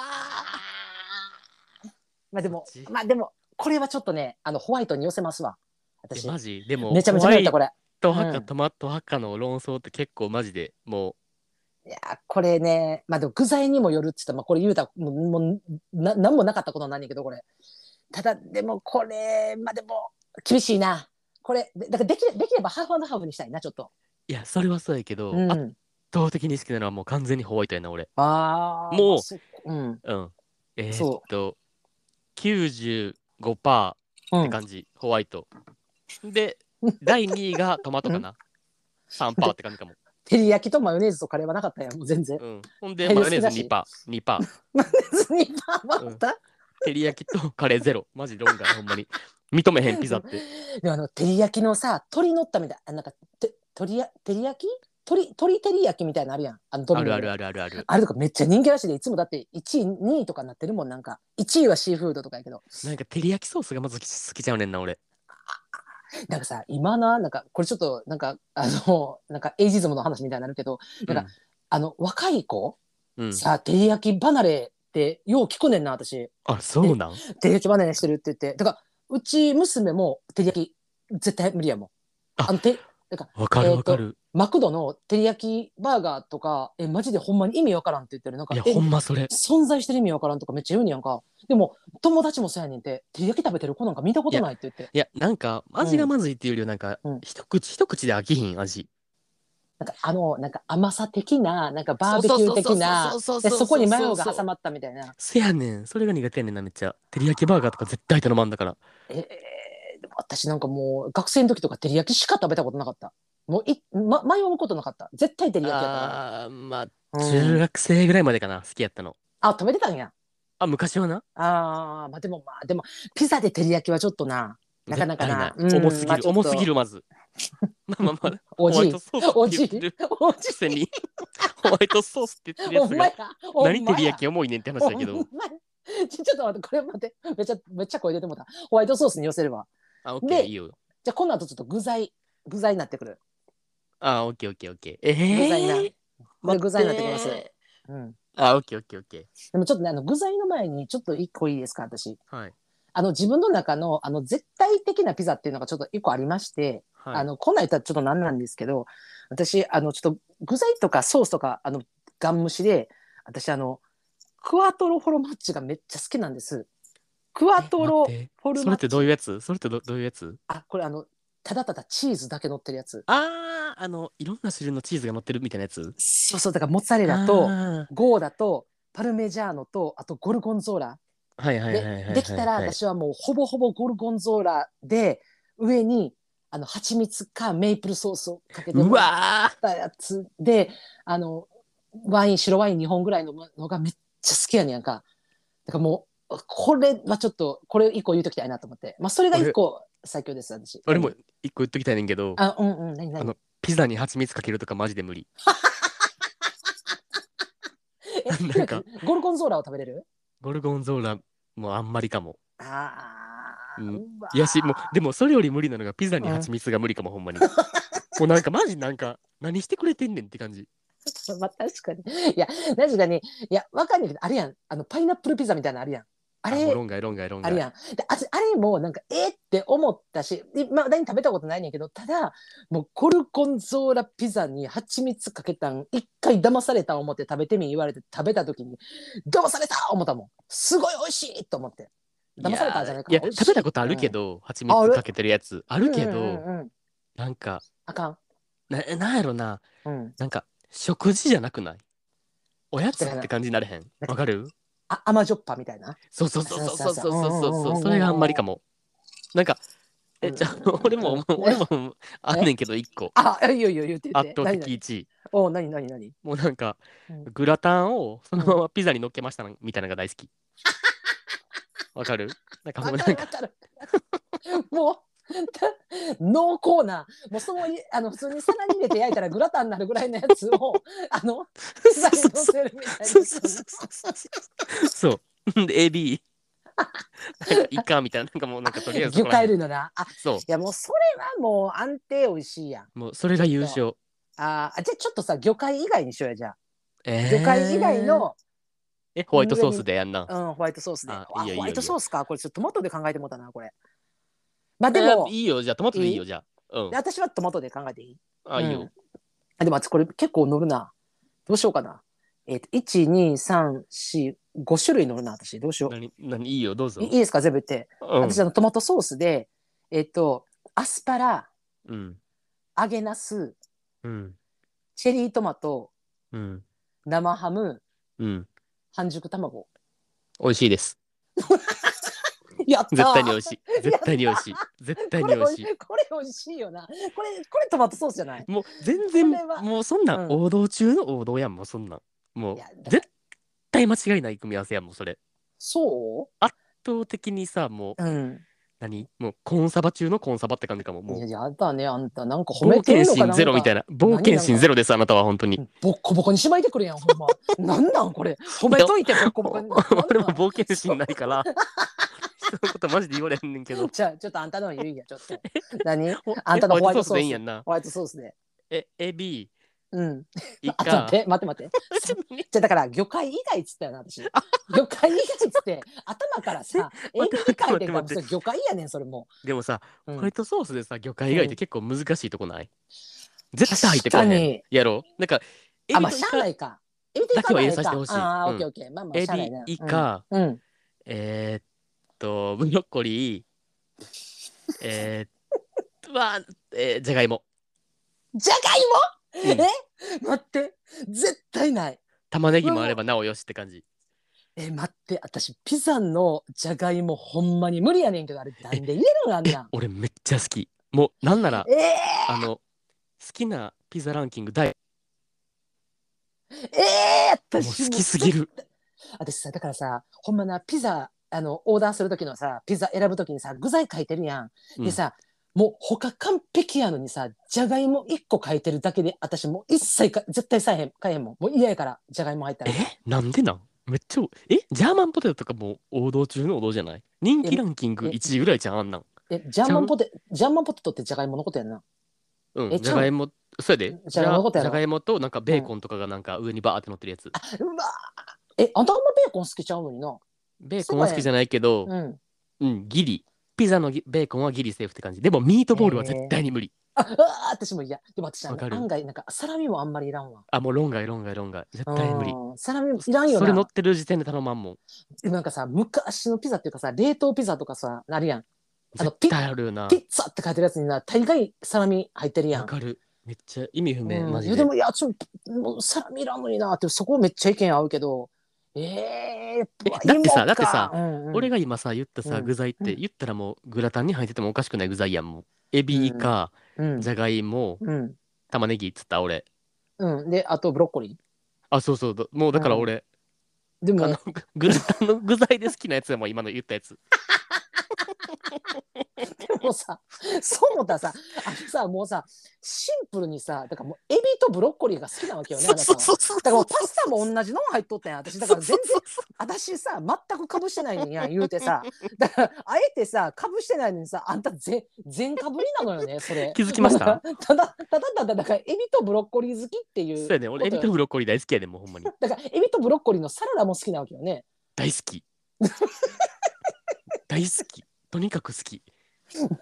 まあでもそっちまあでもこれはちょっとねあのホワイトに寄せますわー私えマジでもめちゃめちゃ迷ったこれトマトうんトマトハカの論争って結構マジでもいやーこれねまあでも具材にもよるっつったら、まあ、これ言うたらもうもうな何もなかったことなんやけどこれただでもこれまあでも厳しいなこれでだからできれできればハーフハーフにしたいなちょっと、ういやそれはそうやけど、うん、圧倒的に好きなのはもう完全にホワイトやな俺あーもうそっかうんうんえー、そっと95%パうーっんて感じ、ホワイト で第2位がトマトかな3%パーって感じかも、照り焼きとマヨネーズとカレーはなかったやんもう全然うん、ほんでヘルマシヨーネーだズし2%パー2%パーマヨネーズにパーまた、照り焼きとカレーゼロマジ論外ほんまに認めへんピザってでもあの照り焼きのさ鳥乗ったみたいあなんかて鳥や照り焼き鳥鳥照り焼きみたいなのあるやんあのドミあノでるあるあるあるあるあれとかめっちゃ人気らしいでいつもだって1位2位とかになってるもんなんか1位はシーフードとかやけどなんか照り焼きソースがまず好き好きちゃうねんな俺なんかさ今ななんかこれちょっとなんかあのなんかエイジズムの話みたいになるけどなんか、あの若い子、うん、うんさあ照り焼き離れってよう聞くねんな私あそうなん照り焼き離れしてるって言ってだからうち娘も照り焼き絶対無理やもんああのてわかえーるとわかる、マクドの照り焼きバーガーとかえマジでほんまに意味わからんって言ってるなんかいやえほんまそれ存在してる意味わからんとかめっちゃ言うんやんかでも友達もそうやねんて照り焼き食べてる子なんか見たことないって言っていやなんか味がまずいっていうよりはなんか、うん一口一口で飽きひん味なんかあのなんか甘さ的ななんかバーベキュー的なそうでうううそうこにマヨが挟そうまったみたいなせやねんそれが苦手やねんなめっちゃ照り焼きバーガーとか絶対頼まんだからええでも私なんかもう学生の時とか照り焼きしか食べたことなかったもうい、ま、迷うことなかった絶対照り焼きやったあーまあから、う中ん学生ぐらいまでかな好きやったのあ食べてたんやあ昔はなあーまあでもまあでもピザで照り焼きはちょっとななかなかな絶対うん重すぎまある、ちょっと重すぎるまず まあまあまあおホワじイいトソースおってじ言いってるおじくせにホワイトソースって言ってるおやつ前がや何照り焼き重いねんって話だけほどんまやちょちょっと待ってこれ待ってめっちゃめっちゃ声出てもうたホワイトソースに寄せればあオッケーでいいよじゃあこの後ちょっと具材具材になってくるあオッケーオッケーオッケーえ具材な、ーこれ具材になってきます、待ってうん、あオッケーオッケーオッケでもちょっとねあの具材の前にちょっと一個いいですか私ーはいあの自分の中のあの絶対的なピザっていうのがちょっと一個ありまして、はいあのこんなん言ったらちょっとなんなんですけど私あのちょっと具材とかソースとかあのガン虫で私あのクワトロフォロマッチがめっちゃ好きなんですクワトロえ待ってフォルそマれッってチどういうやつそれってどどういうやつあこれあのただただチーズだけ乗ってるやつあーあのいろんな種類のチーズが乗ってるみたいなやつそうそうだからモッツァレラとあゴーダとパルメジャーノとあとゴルゴンゾーラーはいはいはいはいはいはでいできたら私はもうほぼほぼゴルゴンゾーラで上にあの蜂蜜かメイプルソースをかけてうもらわーったやつであのワイン白ワイン2本ぐらいののがめっちゃ好きやねんやんかだからもうこれはちょっとこれ一個言うときたいなと思ってまあそれが一個最強です私俺も一個言っときたいねんけどあうんうん何何あのピザに蜂蜜かけるとかマジで無理えなんか ゴルゴンゾーラを食べれるゴルゴンゾーラもあんまりかもああ、うんうわーいやしもうでもそれより無理なのがピザに蜂蜜が無理かも、ほん まにもうなんかマジなんか何してくれてんねんって感じ まあ確かにいや確かにいやわかんないけどあれやんあのパイナップルピザみたいなのあるやんあもうれ論外論外論あるや外んでああれもなんかえーって思ったしまだに食べたことないねんけどただもうゴルゴンゾーラピザに蜂蜜かけたん一回騙された思って食べてみ言われて食べた時に騙された思ったもんすごい美味しいと思って騙されたんじゃないかいやいや食べたことあるけ、ど、蜂ああ蜜るかけてるやつあ美る味しけいうんど、うんうんうんなんかあかん、ななんやろなうん、なんか食事じゃなくないおやつって感じになれへんわかるあ甘じょっぱみたいなそうそうそうそうそうそうそうそうそうそううんうそんうんううんそれがあんまりかもなんかうえんじゃあ 俺も俺もあんねんけど一個あいいよいいよ言って言って圧倒的何1位何おう何何何もうなんかうんグラタンをそのままピザに乗っけましたみたいなのが大好きわかるなんかもうわなかんるかわかる。もう。た濃厚なもうそのままあの普通に皿に入れて焼いたらグラタンになるぐらいのやつをあの ピザに乗せるみたいなそうそうそうそうでエビなんかイカみたいななんかもうなんかとりあえずそ魚こら介辺類のなあいそうやもうそれはもう安定美味しいやんもうそれが優勝あーあじゃあちょっとさ魚介以外にしようやじゃあえー魚介以外の、えホワイトソースでやんなうん、ホワイトソースでああいいよいいよホワイトソースかこれちょっとトマトで考えてもうたなこれまあででももいいよじゃあトマトでいいよじゃあうん私はトマトで考えていいあいいうよんあでも私これ結構乗るな。どうしようかな。えっ、と1 2 3 4 5種類乗るな私どうしよう。何何いいよどうぞいいいですか全部言って。うん私あのトマトソースでえっ、とアスパラうん揚げナスうんチェリートマトうん生ハムうん半熟卵。美味しいですやったー。絶対に美味しい絶対に美味しい絶対こにれ美美味味ししいいこれ美味しいよな。これこれトマトソースじゃない。もう全然これはもうそんなんうん王道中の王道やんもうそんなんもいうやだ絶対間違いない組み合わせやんもうそれそ圧倒的にさもうう？うん。何もうコンサバ中のコンサバって感じかももいうややだねあんたなんか褒冒めて険る心のかなんかゼロみたいな冒険心ゼロですあなたは本当にボッコボコにしまいてくるやん、ほんま。 なんなんこれ。褒めといて、ボッコボコに。俺も冒険心ないから人のことマジで言われへんねんけどじゃあ、ちょっとあんたの言いや、ちょっと。何ほあんたのえホワイトソースでいいんやんなホワイトソースで。えエビうん。イあ、ちょっカと待って、待って待って。じゃあ、だから、魚介以外っつったよな、私。魚介以外っつって、頭からさ、エビ待って理解で待って待って魚介やねん、それもでもさう。うホワんイトソースでさ魚介以外って結構難しいとこない、絶対入ってこ確かへんにやろなんかエビあ、とまあ、イしゃあカなエいか。エビとイカだけはな入いれさせてほしいああ、うオんッケーオッケー。まあまあ、しゃあないな。ビイカ、うん。うん。えー、っとブロッコリーえー、っとわーえー、じゃがいもじゃがいもうえ待って。絶対ない。玉ねぎもあればなおよしって感じえ待って私ピザのじゃがいもほんまに無理やねんけどあれなんで入れるのあんえなん俺めっちゃ好きもうなんならえー、あの好きなピザランキング第えー、もう私好きすぎるる私さだからさほんまなピザあのオーダーする時のさピザ選ぶ時にさ具材書いてるやん、うんでさもう他完璧やのにさじゃがいも1個書いてるだけで私もう一切か絶対さえへん買えへんもんもう嫌やからじゃがいも入ったらえなんでなんめっちゃえジャーマンポテトとかも王道中の王道じゃない人気ランキングえ1位ぐらいじゃんあんなんえジャーマンポテジャーマンポテトってじゃがいものことやんなうえんじゃがいもそうやでじゃがいものことやろじゃがいもとなんかベーコンとかがなんか上にバーって乗ってるやつ、うわーえあんたあんまベーコン好きちゃうのになベーコンは好きじゃないけどうんうん、ギリピザのギベーコンはギリセーフって感じでもミートボールは絶対に無理、ああー私も嫌でも私あわかのる案外なんかサラミもあんまりいらんわあもう論外論外論外絶対に無理うんサラミいらんよそれ乗なってる時点で頼まんもんでもなんかさ昔のピザっていうかさ冷凍ピザとかさなるやんあの絶対あるよなピッツァって書いてるやつにな大概サラミ入ってるやわんかるめっちゃ意味不明、うんマいジやででもいやちょっともうサラミいらんのになってそこめっちゃ意見合うけどえー、えだってさだってさ俺がが今さ言ったさ、うん具材ってうん言ったらもうグラタンに入っててもおかしくない具材やんもうエビイカ、うんじゃがいもうん玉ねぎっつった俺うんであとブロッコリあそうそうだもうだから俺、ーであもの ぐグラタンの具材で好きなやつやもん今の言ったやつでもさそう思ったらさあのさもうさシンプルにさだからもうエビとブロッコリーが好きなわけよねあなたはうそうだからもうパスタも同じの入っとったんや私だから全然そうそう私さ全くかぶしてないんや言うてさだからあえてさかぶしてないのにさあんた全全かぶりなのよねそ れ 気づきましただから ただただただだからエビとブロッコリー好きっていそううやね俺エビとブロッコリー大好きやでもうほんまにだからエビとブロッコリーのサラダも好きなわけよね大好 き大好きとにかく好き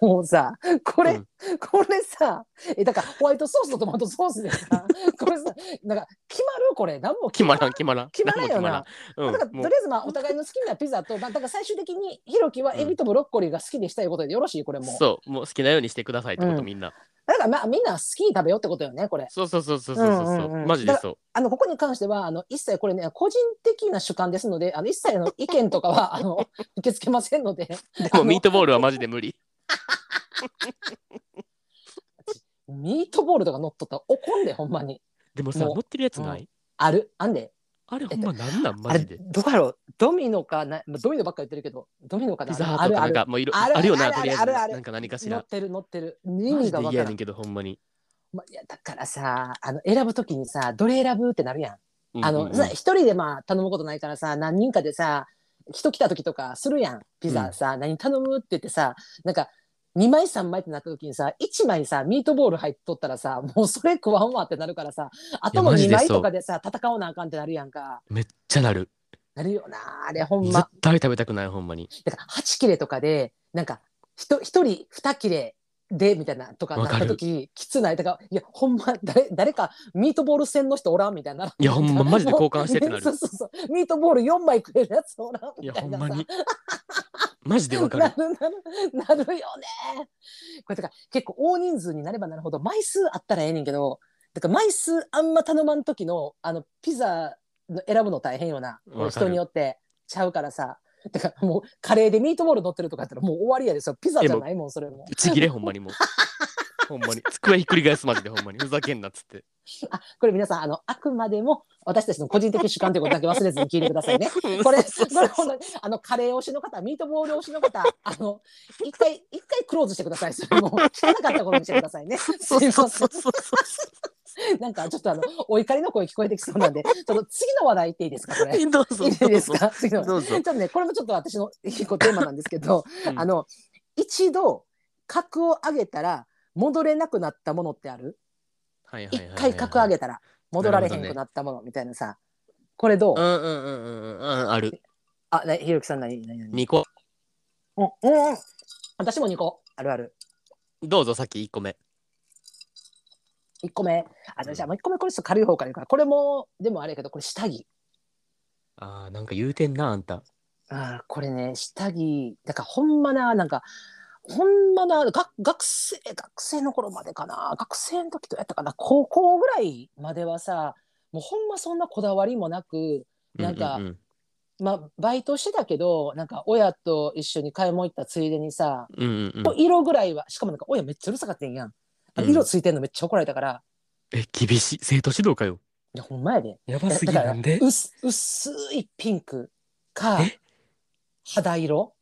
もうさこれ、うん これさえだからホワイトソースとトマトソースでさこれさなんか決まるのこれ何も決まらん、決まらん。決まらんよな何もだ決かまらん。らとうん、りもあうえずまあお互いの好きなピザと、まあ、だから最終的にひろきはエビとブロッコリーが好きでしたいうことでよろしいこれもうそう、もう好きなようにしてくださいってこと、うんみんな。だからまあみんな好きに食べようってことよねこれそうそうそうそうそうそう,、うんうんうんマジでそう。あのここに関してはあの一切これね個人的な主観ですのであの一切の意見とかは あの受け付けませんのでであのもミートボールはマジで無理。ミートボールとか乗っとったら怒んでほんまにでもさ、もう持ってるやつない、あるあんであれほんまなんなん、あマれジで。どこやろうドミノかなまあドミノばっかり言ってるけどドミノかなピザハあートるとかあなんるかもういろああるるよなあるとりあえずあるあるなんか何かし乗らっ。てる乗ってる意マ味ジがでわか嫌やらねんんけどほんまに。まあ、いやだからさあの選ぶときにさどれ選ぶってなるやん。あうんうんのうんさ一人でまあ頼むことないからさ何人かでさ人来た時とかするやんピザさ、何頼むって言ってさなんか2枚3枚ってなった時にさ1枚さミートボール入っとったらさもうそれ食わんわってなるからさあとのマジ2でそう枚とかでさ戦おうなあかんってなるやんかめっちゃなる。なるよなあれほん絶ま対食べたくないほんまに。だから8切れとかでなんかひと1人2切れでみたいなとかなっわかたる時きつないだからいやほんま誰誰かミートボール戦の人おらんみたいな。いやほんまマジで交換してってな そるう。そうそうミートボール4枚食えるやつおらんいみやたほいんなさまに。マジでわかな る。るなるなるよねこれだから結構大人数になればなるほど枚数あったらええねんけどだから枚数あんま頼まん時のあのピザの選ぶの大変よなわかる人によってちゃうからさだからもうカレーでミートボール乗ってるとかやったらもう終わりやでそれピザじゃないもんそれもぶち切れほんまにもう。ほんまに机ひっくり返すマジでほんまにふざけんなっつって。あこれ皆さんあのあくまでも私たちの個人的主観ということだけ忘れずに聞いてください ねこれ、これほんまにあの、カレー推しの方、ミートボール推しの方、あの、一回、一回クローズしてください。それも、聞かなかったことにしてください ね。そうそうそうそうすいませんなんか、ちょっとあの、お怒りの声聞こえてきそうなんで、ちょっと次の話題行っていいですか、こ れ。いどうぞいですか次の話どうちょぞっ。とね、これもちょっと私の一個テーマなんですけど、うんあの、一度、格を上げたら、戻れなくなったものってあるはいはい一はいはい回格上げたら、戻られへんくなったものみたいなさ、これどううんうんうんうんうんある。あ、なひろきさん何何何二個うんうん、私も2個あるあるどうぞさっき一個目。 1個目あじゃあもう1個目これちょっと軽い方から言うからこれもでもあれやけどこれ下着ああなんか言うてんなあんた。あーこれね下着だからほんまななんかほんまなが学生学生の頃までかな学生の時とやったかな高校ぐらいまではさもうほんまそんなこだわりもなくなんかううんまあバイトしてたけどなんか親と一緒に買い物行ったついでにさうんうんうんうん。色ぐらいはしかもなんか親めっちゃうるさかったんやんあうのん色ついてんのめっちゃ怒られたから、え厳しい生徒指導かよ。いやほんまやでやばすぎだからなんで。薄薄いピンクかえ肌色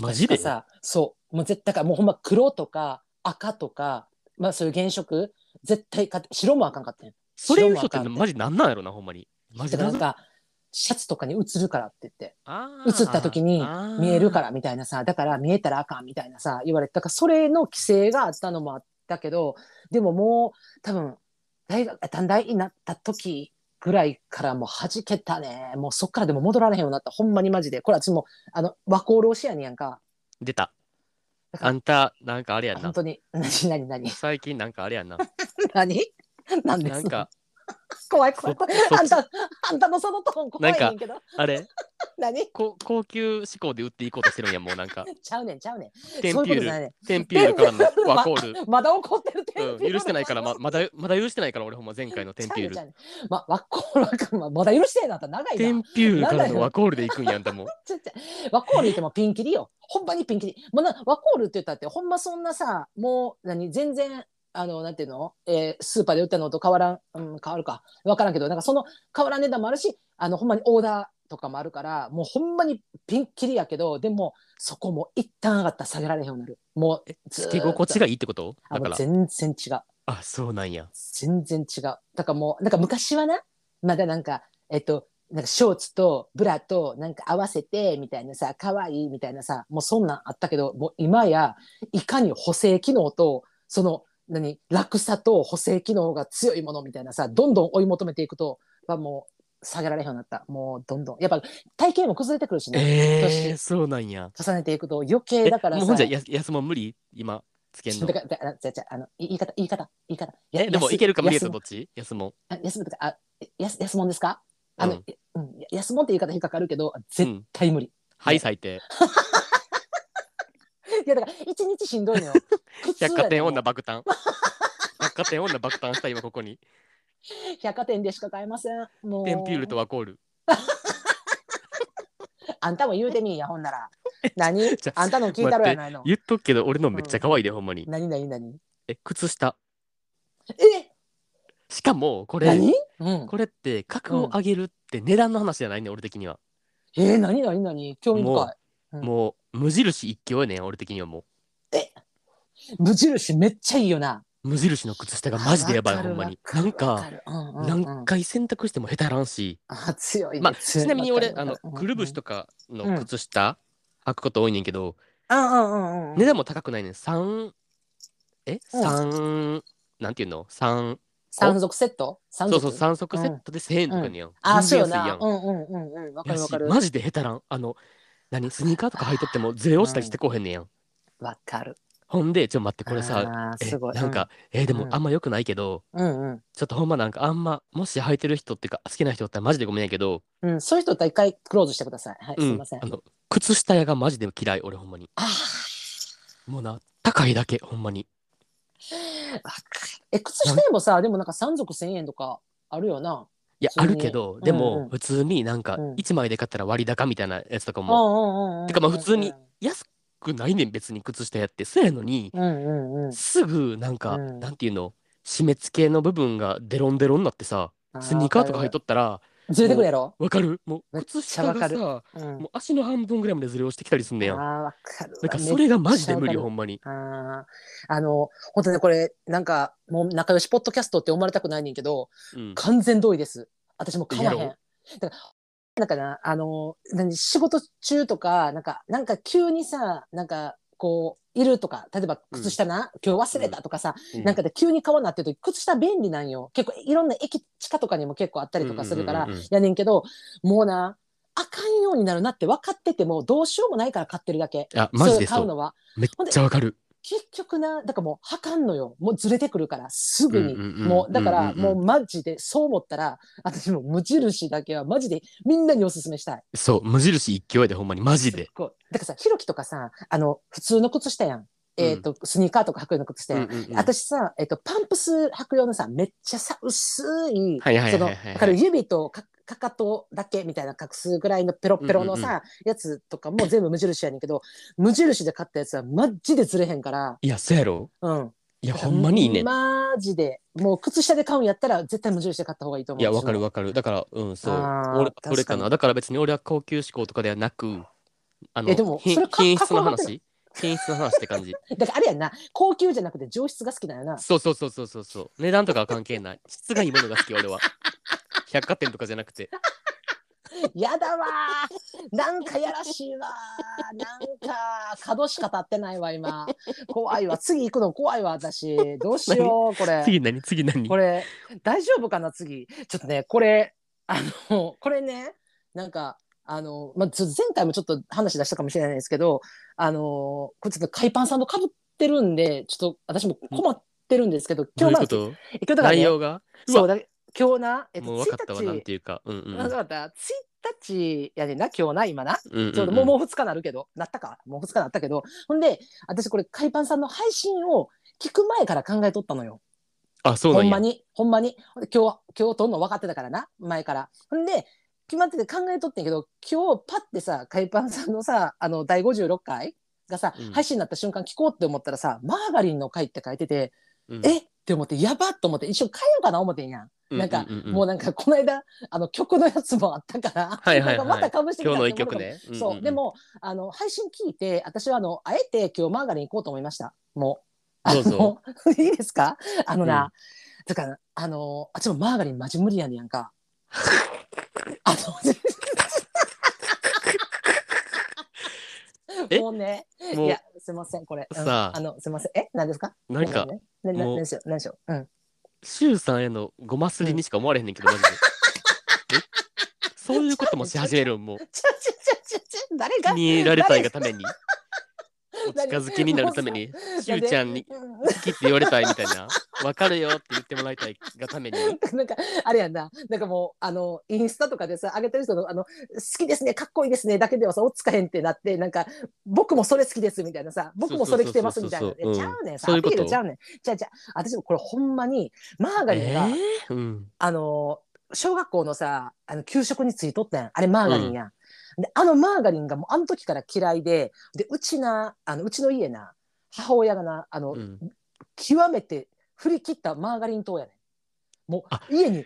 マジでしかさそうもう絶対からもうほんま黒とか赤とかまあそういう原色絶対か白もあかんかったんよそれ言う人っ白もあかてんマジなんなんやろなほんまに。マジだからななんんかシャツとかに映るからって言ってあ。映った時に見えるかららみたいなさだから見えたらあかんみたいなさ言われてだからそれの規制があったのもあったけどでももう多分大学短大になった時ぐらいからもう弾けたねもうそっからでも戻られへんようになったほんまにマジでこれ私もあの和光ロシアにやんか出た。だからあんたなんかあれやん本な。当に何何何最近なんかあれやんな。何何でなすんか怖い怖い怖いそそあんたあんたのそのトーン怖いねんけどあれ何こ高級志向で売っていこうとしてるんやもうなんか。ちゃうねんちゃうねんテンそうピいうューことじゃなルいねんテンピュールからのワコール。まだ怒ってるテンピュールうん、許してないからままだまだ許してないから俺ほんま前回のテンピュールちゃうねんちゃうねんま、ワコールあかんわ まだ許してんのあんた長いテな。ンピュールからのワコールで行くんやんたもうちっちゃいワコール言ってもピンキリよ。 ほんまにピンキリ。もうなワコールって言ったってほんまそんなさもう何全然あのなんていうの、えースーパーで売ったのと変わらん、うん、変わるか分からんけどなんかその変わらん値段もあるしあのほんまにオーダーとかもあるからもうほんまにピンキリやけどでもそこも一旦上がったら下げられへんようになる。もうずーつっとけ心地がいいってことだあもかうら全然違う。あそうなんや全然違う。だからもう、なんか昔はな、まだなんか、えっと、なんかショーツとブラとなんか合わせてみたいなさ、可愛いみたいなさ、もうそんなんあったけど、もう今や、いかに補正機能と、その、何、楽さと補正機能が強いものみたいなさ、どんどん追い求めていくと、はもう下げられへんようになった。もうどんどん。やっぱ体型も崩れてくるしね、えー、そうなんや重ねていくと余計えだからもうさほんじゃ、や安も無理今つけんだ のから、だからじゃじゃあの、い言い方、言い方、言い方。やえでもいけるか無理やつ安どっち安もんあ安とか、あ、やす、安もんですか。あうのん、えうん、や安もんって言い方引っかかるけど、う絶ん対無理。はい最低いや、だから、一日しんどい のよ。苦痛やね百貨店女爆誕百貨店女爆誕した今ここに百貨店でしか買えません。もう。テンピュールとワコールあんたも言うてみいや、ほんなら。何ちょ、あんたの聞いたろやないの。言っとくけど俺のめっちゃ可愛いで、ほんまに何何何。え靴下え、しかもこれ何。うん。これって格を上げるって値段の話じゃないね、俺的にはえー、何何何、興味も深うんもう無印一強やねん俺的にはもい。無印めっちゃいいよな。う無印の靴下がマジでやばいほんまになんか何何回洗濯しても下手やらんし、あ強いねまあちなみに俺強いあのくるぶしとかの靴下履くこと多いねんけど、うんうんうんうん値段も高くないねん3えうん三、なんていうの三三足セット三そう足そう三足セットで1000円とかにやん、あそう全然安よいやなんうんうんうんうんわかるわか安いるマジで下手らんあの何スニーカーとか履いとってもずれ落ちたりしてこうへんねんやん、わかるほんでちょっと待ってこれさあーえすごいなんか、えーでもうんあんま良くないけど、うんうんちょっとほんまなんかあんまもし履いてる人っていうか好きな人だったらマジでごめんやけど、うんうんそういう人と一回クローズしてくださいはいうすいませんあの靴下屋がマジで嫌い俺ほんまにあもうな高いだけほんまにーわかるえ靴下もさでもなんか三足千円とかあるよないや普あ通にるけどんでも普通になんかうん1枚で買ったら割高みたいなやつとかうもんうんうんうんうんてかまあ普通に安くないねん別に靴下屋ってそうやのにうんうんうんすぐなんか、うんなんていうの締め付けの部分がデロンデロンになってさスニーカーとか履いとったらずれてくるやろわかるもうめっちゃ靴下がわかるさうんもう足の半分ぐらいまでずれ落ちてきたりすんねあやーんわかるわなんかそれがマジで無めっちゃわ理ほかるんまにああ、あの、本当ね、これ、なんか、もう仲良しポッドキャストって思われたくないねんけど、うん完全同意です。私も買わへん。やろだから、なんかな、あの、何、仕事中とか、なんか、なんか急にさ、なんか、こう、いるとか、例えば靴下な、今日忘れたとかさ、うんなんかで急に買わなってると、靴下便利なんよ。結構、いろんな駅、地下とかにも結構あったりとかするから、うんうんうんうんやねんけど、もうな、あかんようになるなって分かってても、どうしようもないから買ってるだけ。あマジでそれそ買ううのは。めっちゃわかる結局な、だからもう、はかんのよ。もうずれてくるから、すぐに。うんうんうんもう、だかうんら、うんうんもうマジで、そう思ったら、私も無印だけはマジでみんなにおすすめしたい。そう無印一強やでほんまにマジすっでごい。だからさ、ひろきとかさ、あの、普通の靴下やん。えっ、と、スニーカーとか履くような靴下やん。うんうんうん私さ、えっ、と、パンプス履く用のさ、めっちゃさ、薄い、はいはいはそいはのい、はいだから指とか、かかとだけみたいな隠すぐらいのペロッペロのさ、うんうんやつとかも全部無印やねんけど、無印で買ったやつはマジでずれへんから、いやそうやろうん。いやほんまにいいねんマジで。もう靴下で買うんやったら絶対無印で買った方がいいと思う。いやわかるわかるだからうんそうあー俺確かに俺かなだから別に俺は高級志向とかではなくあのえでも品それか品質のかっこよかった話品質の話って 感じだからあれやんな、高級じゃなくて上質が好きだよな。そうそうそうそうそうそう値段とかは関係ない質がいいものが好き俺は百貨店とかじゃなく てやだわーなんかやらしいわ ーなんか角しか立ってないわ、今。怖いわ。次行くの怖いわ、私。どうしよう、これ。次何次何これ、大丈夫かな、次。ちょっとね、これ、あの、これね、なんか、あの、まあ、ちょ前回もちょっと話出したかもしれないですけど、あの、これちょっと海パンさんと被ってるんで、ちょっと私も困ってるんですけど、ど今ういう日なこんですと今日だからね、内容がうそうわだ、今日な、えっもうと、分か1ったわ日、なんていうかうんうんうんわかった、1日やねんな、今日な、今な。うんそううんもうもう2日なるけど、なったか、もう2日なったけど、ほんで、私これ、海パンさんの配信を聞く前から考えとったのよ。あそうなほんんやまに、ほんまに。ほんで今日、今日とんの分かってたからな、前から。ほんで、決まってて考えとってんけど、今日パッてさ、海パンさんのさ、あの、第56回がさ、うん配信になった瞬間聞こうって思ったらさ、マーガリンの回って書いてて、うんえって思って、やばっと思って、一瞬変えようかな思ってんやん。なんか、うううもうなんか、この間、あの、曲のやつもあったから、はいはいはいなんかまたかぶしてきた今っ日ての思一ったか曲もねそう、でもあの配信聞いて私はあのあえて今日マーガリン行こうと思いましたもうあどうぞの いいですかあのな、だからあのあちょマーガリンマジ無理やねんや んかあえのもうねもういやすいませんこれ、うんさああのすいませんえ何ですかなんかごめねななもう何でしょう何でしょううんシュウさんへのごますりにしか思われへんねんけど、マジで。えそういうこともし始めるんもうちゃちゃちゃちゃちゃ誰気がに入られたいがためにお近づきになるために、しゅうち ゃんに好きって言われたいみたいな、わかるよって言ってもらいたいがために、 なんかあれやんななんかもうあのインスタとかでさ上げてる人のあの好きですねかっこいいですねだけではさおつかへんってなってなんか僕もそれ好きですみたいなさ僕もそれ着てますみたいなそうそうそうちそうゃうんうねんさそういアうこピとールちゃうねんじゃあじゃあ私もこれほんまにマーガリンえが、ーうん、あの小学校のさあの給食についとったやんあれマーガリンやん、であのマーガリンがもうあの時から嫌いででうちなあのうちの家な母親がなあの、うん極めて振り切ったマーガリン糖やねんもあう家に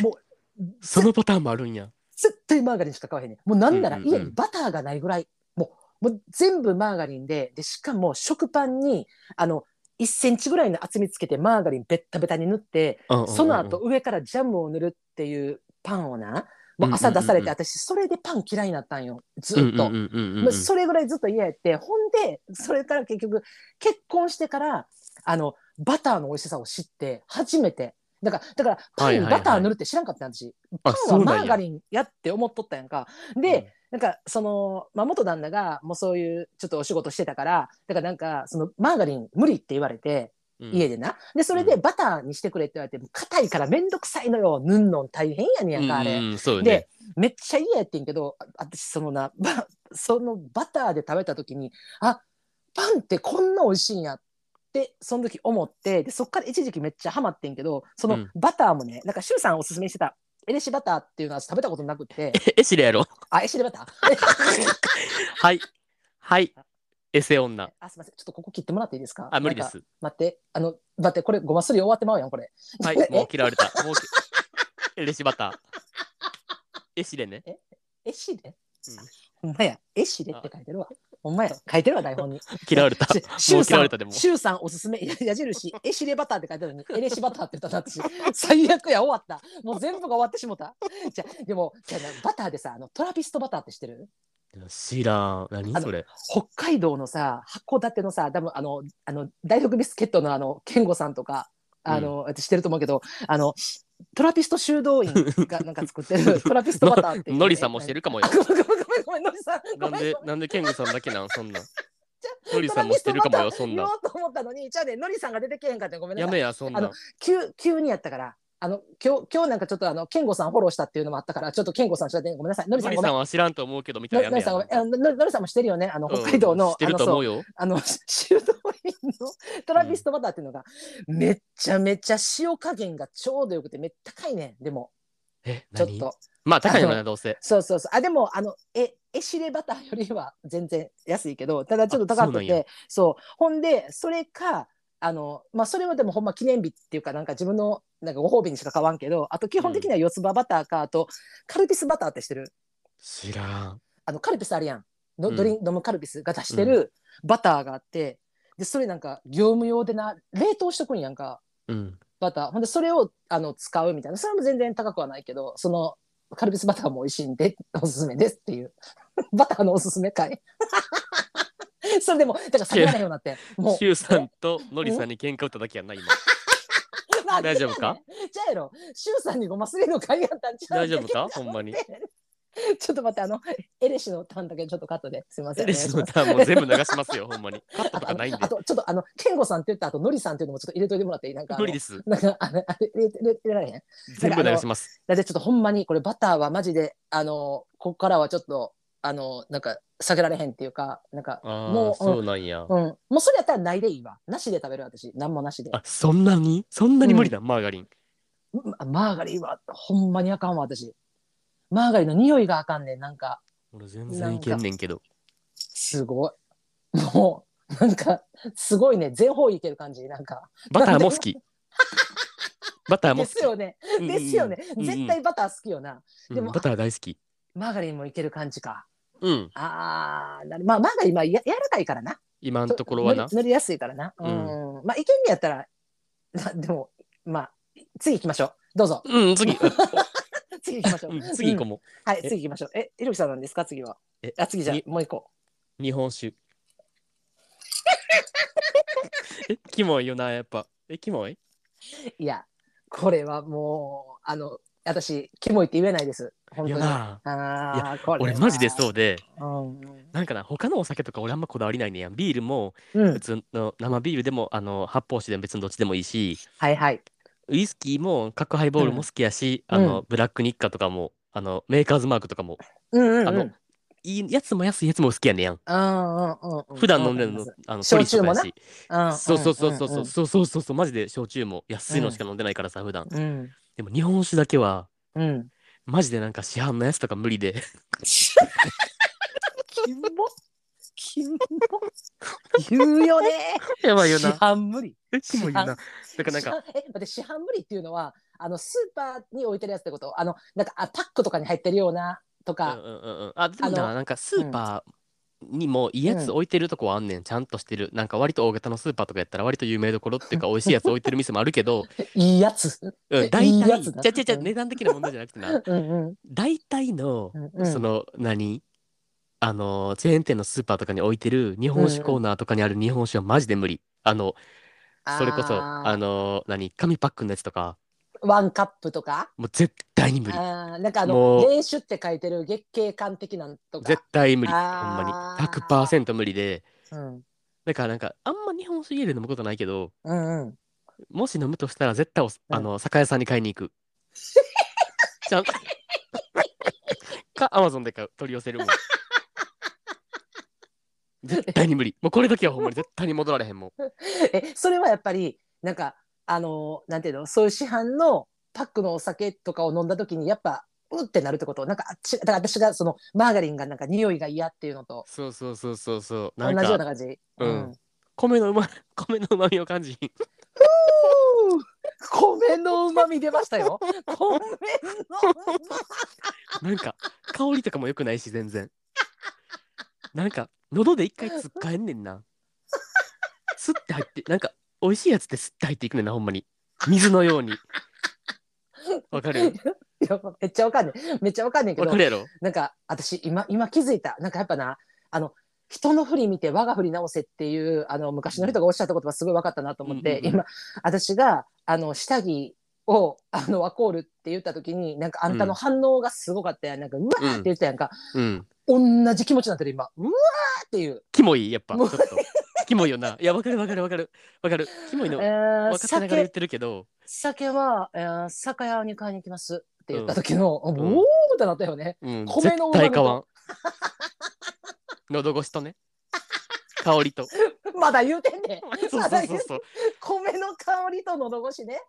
もうそのパターンもあるんや。絶対マーガリンしか買わへんねんもうなんならうんうんうん家にバターがないぐらい、もうもう全部マーガリンででしかも食パンにあの1センチぐらいの厚みつけてマーガリンベッタベタに塗ってうんうんうんうんその後、上からジャムを塗るっていうパンをなもう朝出されうて、んうん私それでパン嫌いになったんよずっうんと。うんうんうんうんもうそれぐらいずっと嫌やってほんでそれから結局結婚してからあのバターの美味しさを知って初めてだからだからパンにはいはいはいバター塗るって知らんかったん私、あパそンうはなんやマーガリンやって思っとったやんかで、なんかその、まあ、元旦那がもうそういうちょっとお仕事してたからだからなんかそのマーガリン無理って言われてうん家でな、でそれでバターにしてくれって言われて硬いから面倒くさいのよ塗んのん大変やねんやんかあうれ。んうんうんそうよねで、めっちゃ嫌やってんけどあ私そのなばそのバターで食べた時にあパンってこんな美味しいんやってその時思ってでそっから一時期めっちゃハマってんけどそうのんバターもね、なんかシュウさんおすすめしてたエレシバターっていうのは食べたことな くてえシレやろあエシ レバターはい。はい。エセ女。あすみませんちょっとここ切ってもらっていいですかあ、無理でなんかす。待ってあの待ってこれごますり終わってまうやんこれはい。もう嫌われた。もうき、レシバター。エシレね。エシレ、ほんまやエシレって書いてるわほんまや書いてるわ台本に嫌 われた。 しシもうュウさ嫌んわれたでも。シュウさんおすすめ 矢印エシレバターって書いてあるのにエレシバターって言ったな私 最悪や終わったもう全部が終わってしもたじゃでもじゃあなバターでさあのトラピストバターって知ってる知らん。何あのそれ。北海道のさ函館のさ多分あのあの大福ビスケットのあの健吾さんとかあの、私知ってると思うけどあのトラピスト修道院がなんか作って るトラピストバターっていうね、のりさんもしてるかもよあ。ごめんごめんごめんごめんのりさんなごんめんでご、めんなんでケンゴさんだけなんそんなん。じゃのりさんもしてるかもよ、そん言なおん。うと思ったのにじゃあねのりさんが出てけえへんかってごめんなやさいめや、そんなん。急急にやったから。あの今日今日なんかちょっとあの健吾さんフォローしたっていうのもあったからちょっと健吾さんしごめんなさいのりさのんりごめさんんは知らんと思うけど、みたいのなやのめりさんごめやんあ。のののりさんもしてるよねあのうん北海道知のってあるのと思そううよ。あの 修道院のトラピストバターっていうのがめっちゃめちゃ塩加減がちょうどよくてめっちゃ高いねんでもえ、ちょっ何とまあ、高いのな、どうせ。そうそうそうあでもあのえエシレバターよりは全然安いけどただちょっとあ高そうくなんやてそうほんでそれかあのまあそれはでもほんま記念日っていうかなんか自分のなんかご褒美にしか買わんけどあと基本的には四つ葉バターかあとカルピスバターってしてる知らん。あのカルピスあるやんの、うんドリン飲むカルピスが出してるバターがあってでそれなんか業務用でな冷凍しとくんやんか。うん。バターほんでそれをあの使うみたいなそれも全然高くはないけどそのカルピスバターも美味しいんでおすすめですっていう バターのおすすめ会 それでもだから下げられへんようになってもう シュウさんとのりさんに喧嘩打っただけやんな、今。まあ大丈夫かじゃあやろシュウさんにごますりの会やったんちゃう大丈夫かほんまに。ちょっと待って あのエレシのターンだけちょっとカットですいませんエレシのお願いしターンもう全部流し ますよ、ほんまに。カットまとすあかとないんであ。とちょっとあの健吾さんって言った後ノリさんっていうのもちょっと入れといてもらっていいなんかあの無理です。なんかあれあれ入れて入れ入れられへん全部流します。だってちょっとほんまにこれバターはマジであのここからはちょっとあのなんか下げられへんっていうかなんかああもー、うそうなんや。うん、もうそれやったらないでいいわなしで食べる私なんもなしであ、そんなにそんなに無理だ、マーガリン。うんあマーガリンはほんまにあかんわ私マーガリンの匂いがあかんねんなんか俺全然いけんねんけど。すごいもうなんかすごいね全方位いける感じなんかバターも好き。バターもで好すよねき。ですよね、うん絶対バター好きよな、うんでもバター大好き。マーガリンもいける感じかうん。あーなるまあマーガリンまあや柔らかいからな今のところはな塗。り塗りやすいからな。うん。まあ、意見でやったら、なでも、まあ、次行きましょう。どうぞ。うん、次。次行きましょうう。ん 次行こううんもはい、え次行きましょう。え、ひろきさんなんですか、次はえ。あ、次じゃにあ、もう一個。う。日 本酒。え、キモいよな、やっぱ。え、キモいいや、これはもう、あの、私、キモいって言えないです。本い当やに。なああ、これは。俺マジでそうでうん。なんかな他のお酒とか俺あんまこだわりないねやんビールも う普ん。通の生ビールでもあの発泡酒でも別にどっちでもいいしはいはい。ウイスキーも角ハイボールも好きやし、うんあのブラック日課とかもあのメーカーズマークとかもうんうんうん。あのいいやつも安いやつも好きやねんやんうんうんうんうん。普段飲んでるのあの焼酎もなポリスとかやしうん。そうそうそうそうそううそうそうそうそうマジで焼酎も安いのしか飲んでないからさ普段んうんうん。でも日本酒だけはうん。うん。マジでなんか市販のやつとか無理でキモ。キモ。 言うよね。やばい よ市な販無理。市販も言うなだからなん市販かえ、待って、市販無理っていうのは、あのスーパーに置いてるやつってこと、あの、なんか、あ、パックとかに入ってるような。とうか、んうんうんうんあでもあなのなんかスーパーにもいいやつ置いてるとこはあんねんちゃんとしてるなんか割と大型のスーパーとかやったら割と有名どころって いうか美味しいやつ置いてる店もあるけどいいやつ。 うん大いいや体つだじゃじゃじゃうん値段的な問題じゃなくてなうんうん大体のうんうん。その何あのチェーン店のスーパーとかに置いてる日本酒コーナーとかにある日本酒はマジで無理あのそれこそああーの何紙パックのやつとかワンカップとか。もう絶対に無理あーなんかあもの、う冷酒って書いてる月経感的なんと絶か。対無理ほあんまーに100%無理でうん。だからなんかあんま日本酒家で飲むことないけどうんうん。もし飲むとしたら絶対おあの酒屋さんに買いに行 くちゃんとかアマゾンで買う取り寄せるもん絶対に無理もうこれだけはほんまに絶対に戻られへんもんえ、それはやっぱり、なんか、あのーなんていうの、そういう市販のパックのお酒とかを飲んだ時に、やっぱ。うってなるってこと、なんか、あち、だから私がそのマーガリンがなんか匂いが嫌っていうのと。そうそうそうそうそう同なじんよかうな感じ。うん米のうま米のうまみを感じひんふう米の旨味出ましたよ。米の旨なんか香りとかも良くないし全然なんか喉で一回つっかえんねんなスッて入ってなんか美味しいやつってスッて入っていくねんなほんまに水のようにわかる味。いやめっちゃわかんねえ。めっちゃわかんねえけわどか。るやろなんか私今今気づいたなんかやっぱなあの人の振り見て我が振り直せっていうあの昔の人がおっしゃったことがすごい分かったなと思って、うんうんうん今私があの下着をあのワコールって言った時になんかあんたの反応がすごかったやん、なんかうわーって言ったやんか、うん同じ気持ちになってる今うわーっていう、キモいやっぱちもょうっとキモいよないやわかるわかるわかるわかるキモいえの分ーかってながら言っ酒てるけど酒は、えー酒屋に買いに行きますって言った時んの、おおってなった よね、うん絶米のうまみと対買わん喉越しとね香 りとまだ言うてんねそうそうそうそう米の香りと喉越しね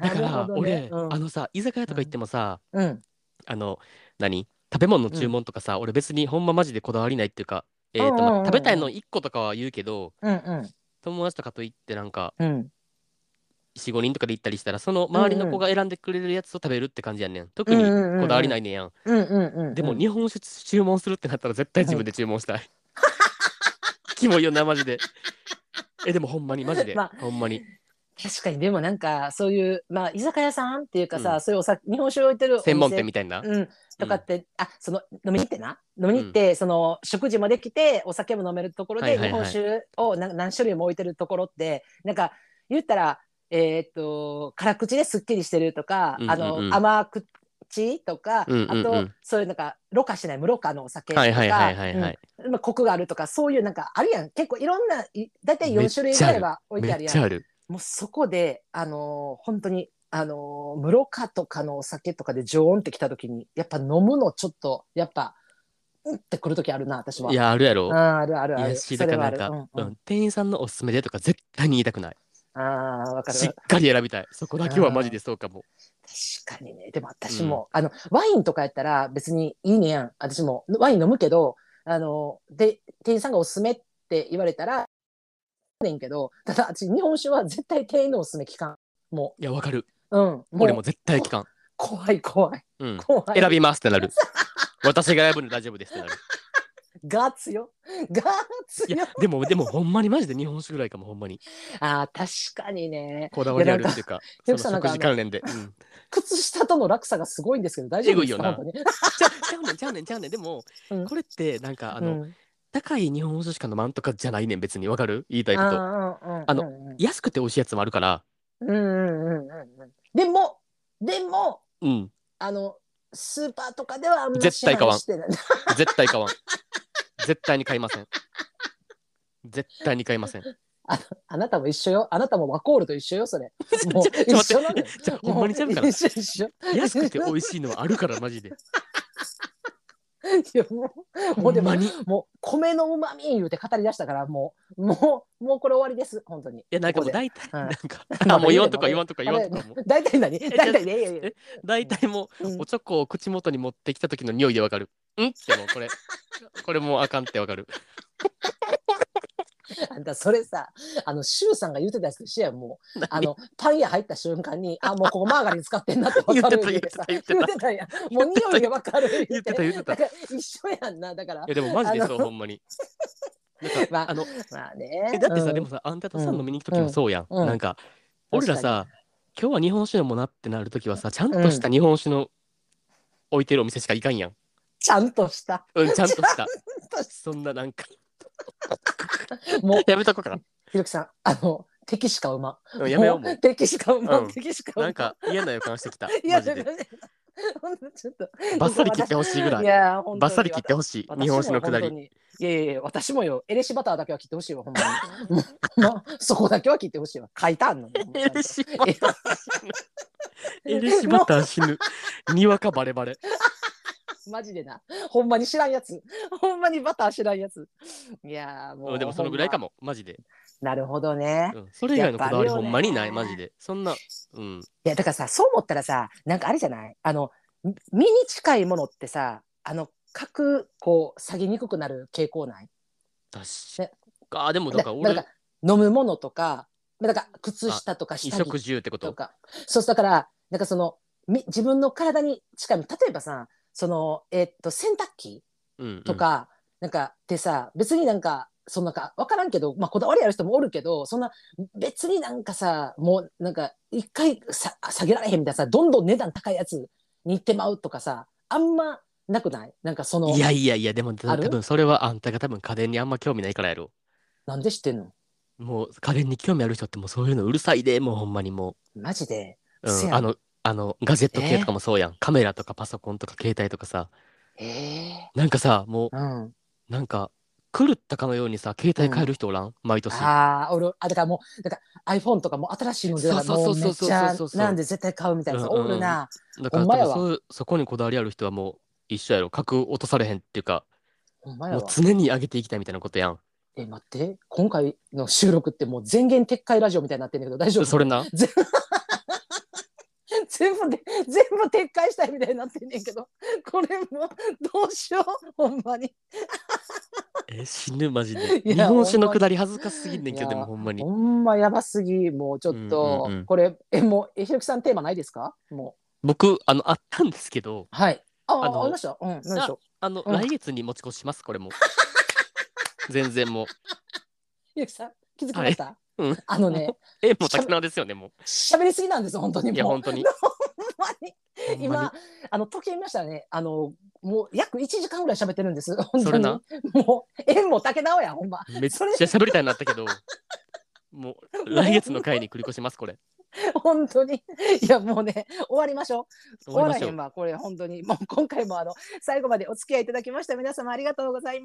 だかなるらほど俺、ねうんあのさ居酒屋とか行ってもさ、うんあの何食べ物の注文とかさ、俺別にほんまマジでこだわりないっていうか、えーとうんうんうんまうあん食べたいの1個とかは言うけどうんうん友達とかと行ってなんかうん45人とかで行ったりしたらその周りの子が選んでくれるやつを食べるって感じやんねん特にうんこうんうんうんだわりないねんやん,、うんうんうん、でも日本酒注文するってなったら絶対自分で注文したい、 キモいよなマジでえでもほんまにマジで、まほんまに確かにでもなんかそういう、まあ、居酒屋さんっていうかさ、うそういうお酒日本酒を置いてるお店専門店みたいな、うん、とかって、あその飲みに行ってな飲みに行って、その食事もできてお酒も飲めるところはいではい日はい本酒をな何種類も置いてるところってなんか言ったら、えーっと辛口ですっきりしてるとか、うんうんうんあの甘口とか、うんうんうんあとそういうなんかろ過してない無ろ過のお酒とか、はいはいはいはいはい、うんまあ、コクがあるとかそういうなんかあるやん結構いろんない大体4種類ぐらいは置いめてあるっやんちゃあるもうそこで、あのー本当に、あのー、室賀とかのお酒とかで常温ってきた時に、やっぱ飲むのちょっと、やっぱ、うんってくる時あるな、私は。いやあるやろあーあるあるあいる。やしだからなんか、それはあるうんうん店員さんのおすすめでとか絶対に言いたくないうん、ああ、わかるしっかり選びたいそこだけはマジでそうかも確かにね。でも私も、あの、ワインとかやったら別にいいねやん。私もワイン飲むけど、あの、で、店員さんがおすすめって言われたら、ねんけど、ただ私、日本酒は絶対店員のおすすめ聞かん。もいやわかるう、うん。もう俺も絶対聞かん、怖い怖いうん、怖い。選びますってなる私が選ぶの大丈夫ですってなるガーツよ。ガーツいよや。でもでもほんまにマジで日本酒ぐらいかもほんまにあー確かにね。こだわりあるっていうかいやなんかそのよく食さ事関連で、うん、靴下との落差がすごいんですけど、大丈夫ですかえぐいよな本当にちゃちゃうねんちゃうねんちゃうねんでも、うんこれってなんかあの、うん高い日本酒しか飲まんとかじゃないねん別にわかる言いたいことあーうんうんあのうん安くて美味しいやつもあるからうんうんうんうんうんでも、でも、うんあの、スーパーとかではあんま絶対買わん市販してない 絶対買わん。絶対に買いません。絶対に買いません。あなたも一緒よ。あなたもワコールと一緒よ、それ。もう ちょっと待一緒なっのてよ。じゃあほんまにちゃうからもう。一緒一緒。安くて美味しいのはあるから、マジで。いやもう、もほうんでもま、に。いもう米のうまみ言うて語り出したから、もう、もう、もうこれ終わりです、本当に。や、なんかもうここ大体、うんなんか、であ、もう言わんとまかだ言わんとか言わんとかもう。で大体何じゃあ大体ね、いやいやいやえ大体もうう、んおチョコを口元に持ってきた時の匂いでわかる。んってもうこれ、これもうあかんってわ かる。あんたそれさ、あの、シュウさんが言ってたやつと一緒やんもう、あ何の、パン屋入った瞬 間に、あ、もうここマーガリン使ってんなって分かる言ってた言言うっててたさ言ってたやん。もう匂いで分かる言ってた言ってただから一緒やんな、だからい。や、でもマジであそう、のほんまに。まああの、まあね。えだってさ、うんでもさ、あんたとさ、飲みに行く時もそうやん。うんうんなんか、うん俺らさ、今日は日本酒飲もうなってなる時はさ、ちゃんとした日本酒の置いてるお店しか行かんやん。ちゃんとした。うん、ちゃんとした。としそんななんか、もう、 やめとこうかなひろきさん、あの、敵しか馬。うん。やめようももう。敵しか馬、うん敵しか馬。なんか嫌な予感してきた。 いや、マジだかで。らねほんとちょっと。バッサリ切ってほしいぐらいい。や、本当にバッサリ切ってほしい。私も日本酒のくだり。本当にいやいやいや、私もよ、エレシバターだけは切ってほしいわ、ほんまに。 もうそこだけは切ってほしいわ。書いたんのに。もうちゃんとシバター死ぬ。エレシバター死ぬ。 にわかバレバレ。マジでな。ほんまに知らんやつ。ほんまにバター知らんやつ。いやー、もうう。んでもそのぐらいかも。も。マジで。なるほどね。うんそれ以外のこだわりやっぱあほるよねんまにない。マジで。そんな。うん。いや、だからさ、そう思ったらさ、なんかあれじゃないあの、み身に近いものってさ、あの、各、こう、下げにくくなる傾向ない確か。あ、でもだだかからら俺、飲むものとか、だから靴下とか衣下着食住ってことと。か。そうそうだから、なんかその、み自分の体に近い、例えばさ、その、えーっと、洗濯機うんうん。とか、なんか、でさ、別になんか、そんなか、わからんけど、まあ、こだわりある人もおるけど、そんな、別になんかさ、もう、なんか、一回さ下げられへんみたいなさ、どんどん値段高いやつに行ってまうとかさ、あんまなくないなんかそのい、やいやいや、でもあ多る分それはあんたが多分家電にあんま興味ないからやろ。なんで知ってんのもう家電に興味ある人ってもうそういうのうるさいで、もうほんまにもう。マジで。うせやん、ろあの、あの、ガジェットえ系とかもそうやん。カメラとかパソコンとか携帯とかさ、ええなんかさ、もうん。う、なんか、狂ったかのようにさ、携帯変える人おらん、毎年。ああ、俺、あ、だからもう、だから iPhone とかも新しいのではそうそうそうそうもうめっちゃそうそうそうなんで絶対買うみたいなさ、うんうんうんおるな。だから、ほんまや多わ分そうそこにこだわりある人はもう一緒やろ。格落とされへんっていうか、ほんまやもうわ。常に上げていきたいみたいなことやん。え、待って、今回の収録ってもう全言撤回ラジオみたいになってんだけど、大丈夫それな。 全部で、全部撤回したいみたいになってんねんけど、これもうどうしよう、ほんまに。え、死ぬ、マジで。いや日本酒のほんまにくだり恥ずかしすぎんねんけど、いやでもほんまに。ほんまやばすぎ、もうちょっと、うんうんうんこれ、え、もう、え、ひろきさんテーマないですかも僕、あの、あったんですけど、う。はい。あ、ああのりました。うん、なんでしょあの、うん来月に持ち越します、こ れも。全然もう。う。ひろきさん、気づきました、いうんあ のね、え、もう滝縄ですよね、も喋りすぎなんです、本当にう。もう。いや、本当に。ほんまに。ほんまに 今あの時計見ましたらねあのもう約1時間ぐらい喋ってるんです 本当にそれなもう縁も竹縄やほんまめっちゃ喋りたいなったけど、も う来月の回に繰り越します、これ。本当にいやもうね終わりましょう終終わわりまらしへょんう。わこれ本当にもう今回もあの最後までお付き合いいただきました皆様ありがとうござあいり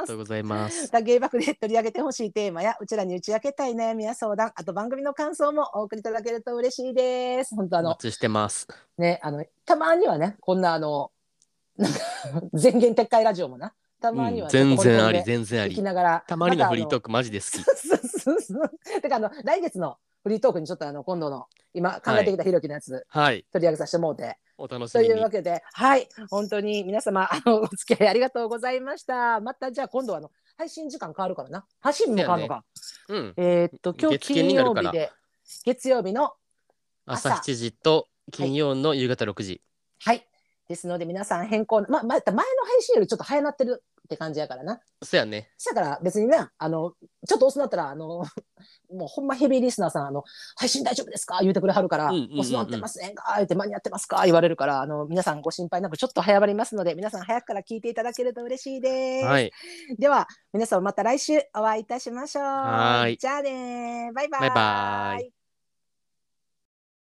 がすとうございます。ゲイバクで取り上げてほしいテーマやうちらに打ち明けたい悩みや相談あと番組の感想もお送りいただけると嬉しいです本当あおの待ちしてます。ねあのたまにはねこんなあのなんか 全言撤回ラジオもなたまにうはんね、全然あり、これで全然あ聞きり。ながらたまにのフリートーーク、マジで好そうき。そうそうそうだからあの来月のフリートークにちょっとあの今度の今考えてきたひろきのやつ、はい、取り上げさせてもうてお楽しとみいにう。わけではい本当に皆様あのお付き合いありがとうございましたまたじゃあ今度はあの配信時間変わるからな配信も変わるのか、うん、えーっと今日月金金になる曜から日で月曜日の朝朝7時と金曜の夕方6時。はいですので皆さん変更ままた前の配信よりちょっと早なってるって感じやからなそうやね。そやから別にな、あの、ちょっと遅なったら、あの、 もうほんまヘビーリスナーさん、あの、配信大丈夫ですか言うてくれはるから、うんうんうんうん遅なってませんか言って間に合ってますか言われるから、あの、皆さんご心配なくちょっと早まりますので、皆さん早くから聞いていただけると嬉しいです。はい、では、皆さんまた来週お会いいたしましょう。はーいじゃあねバイバーバイバーイ。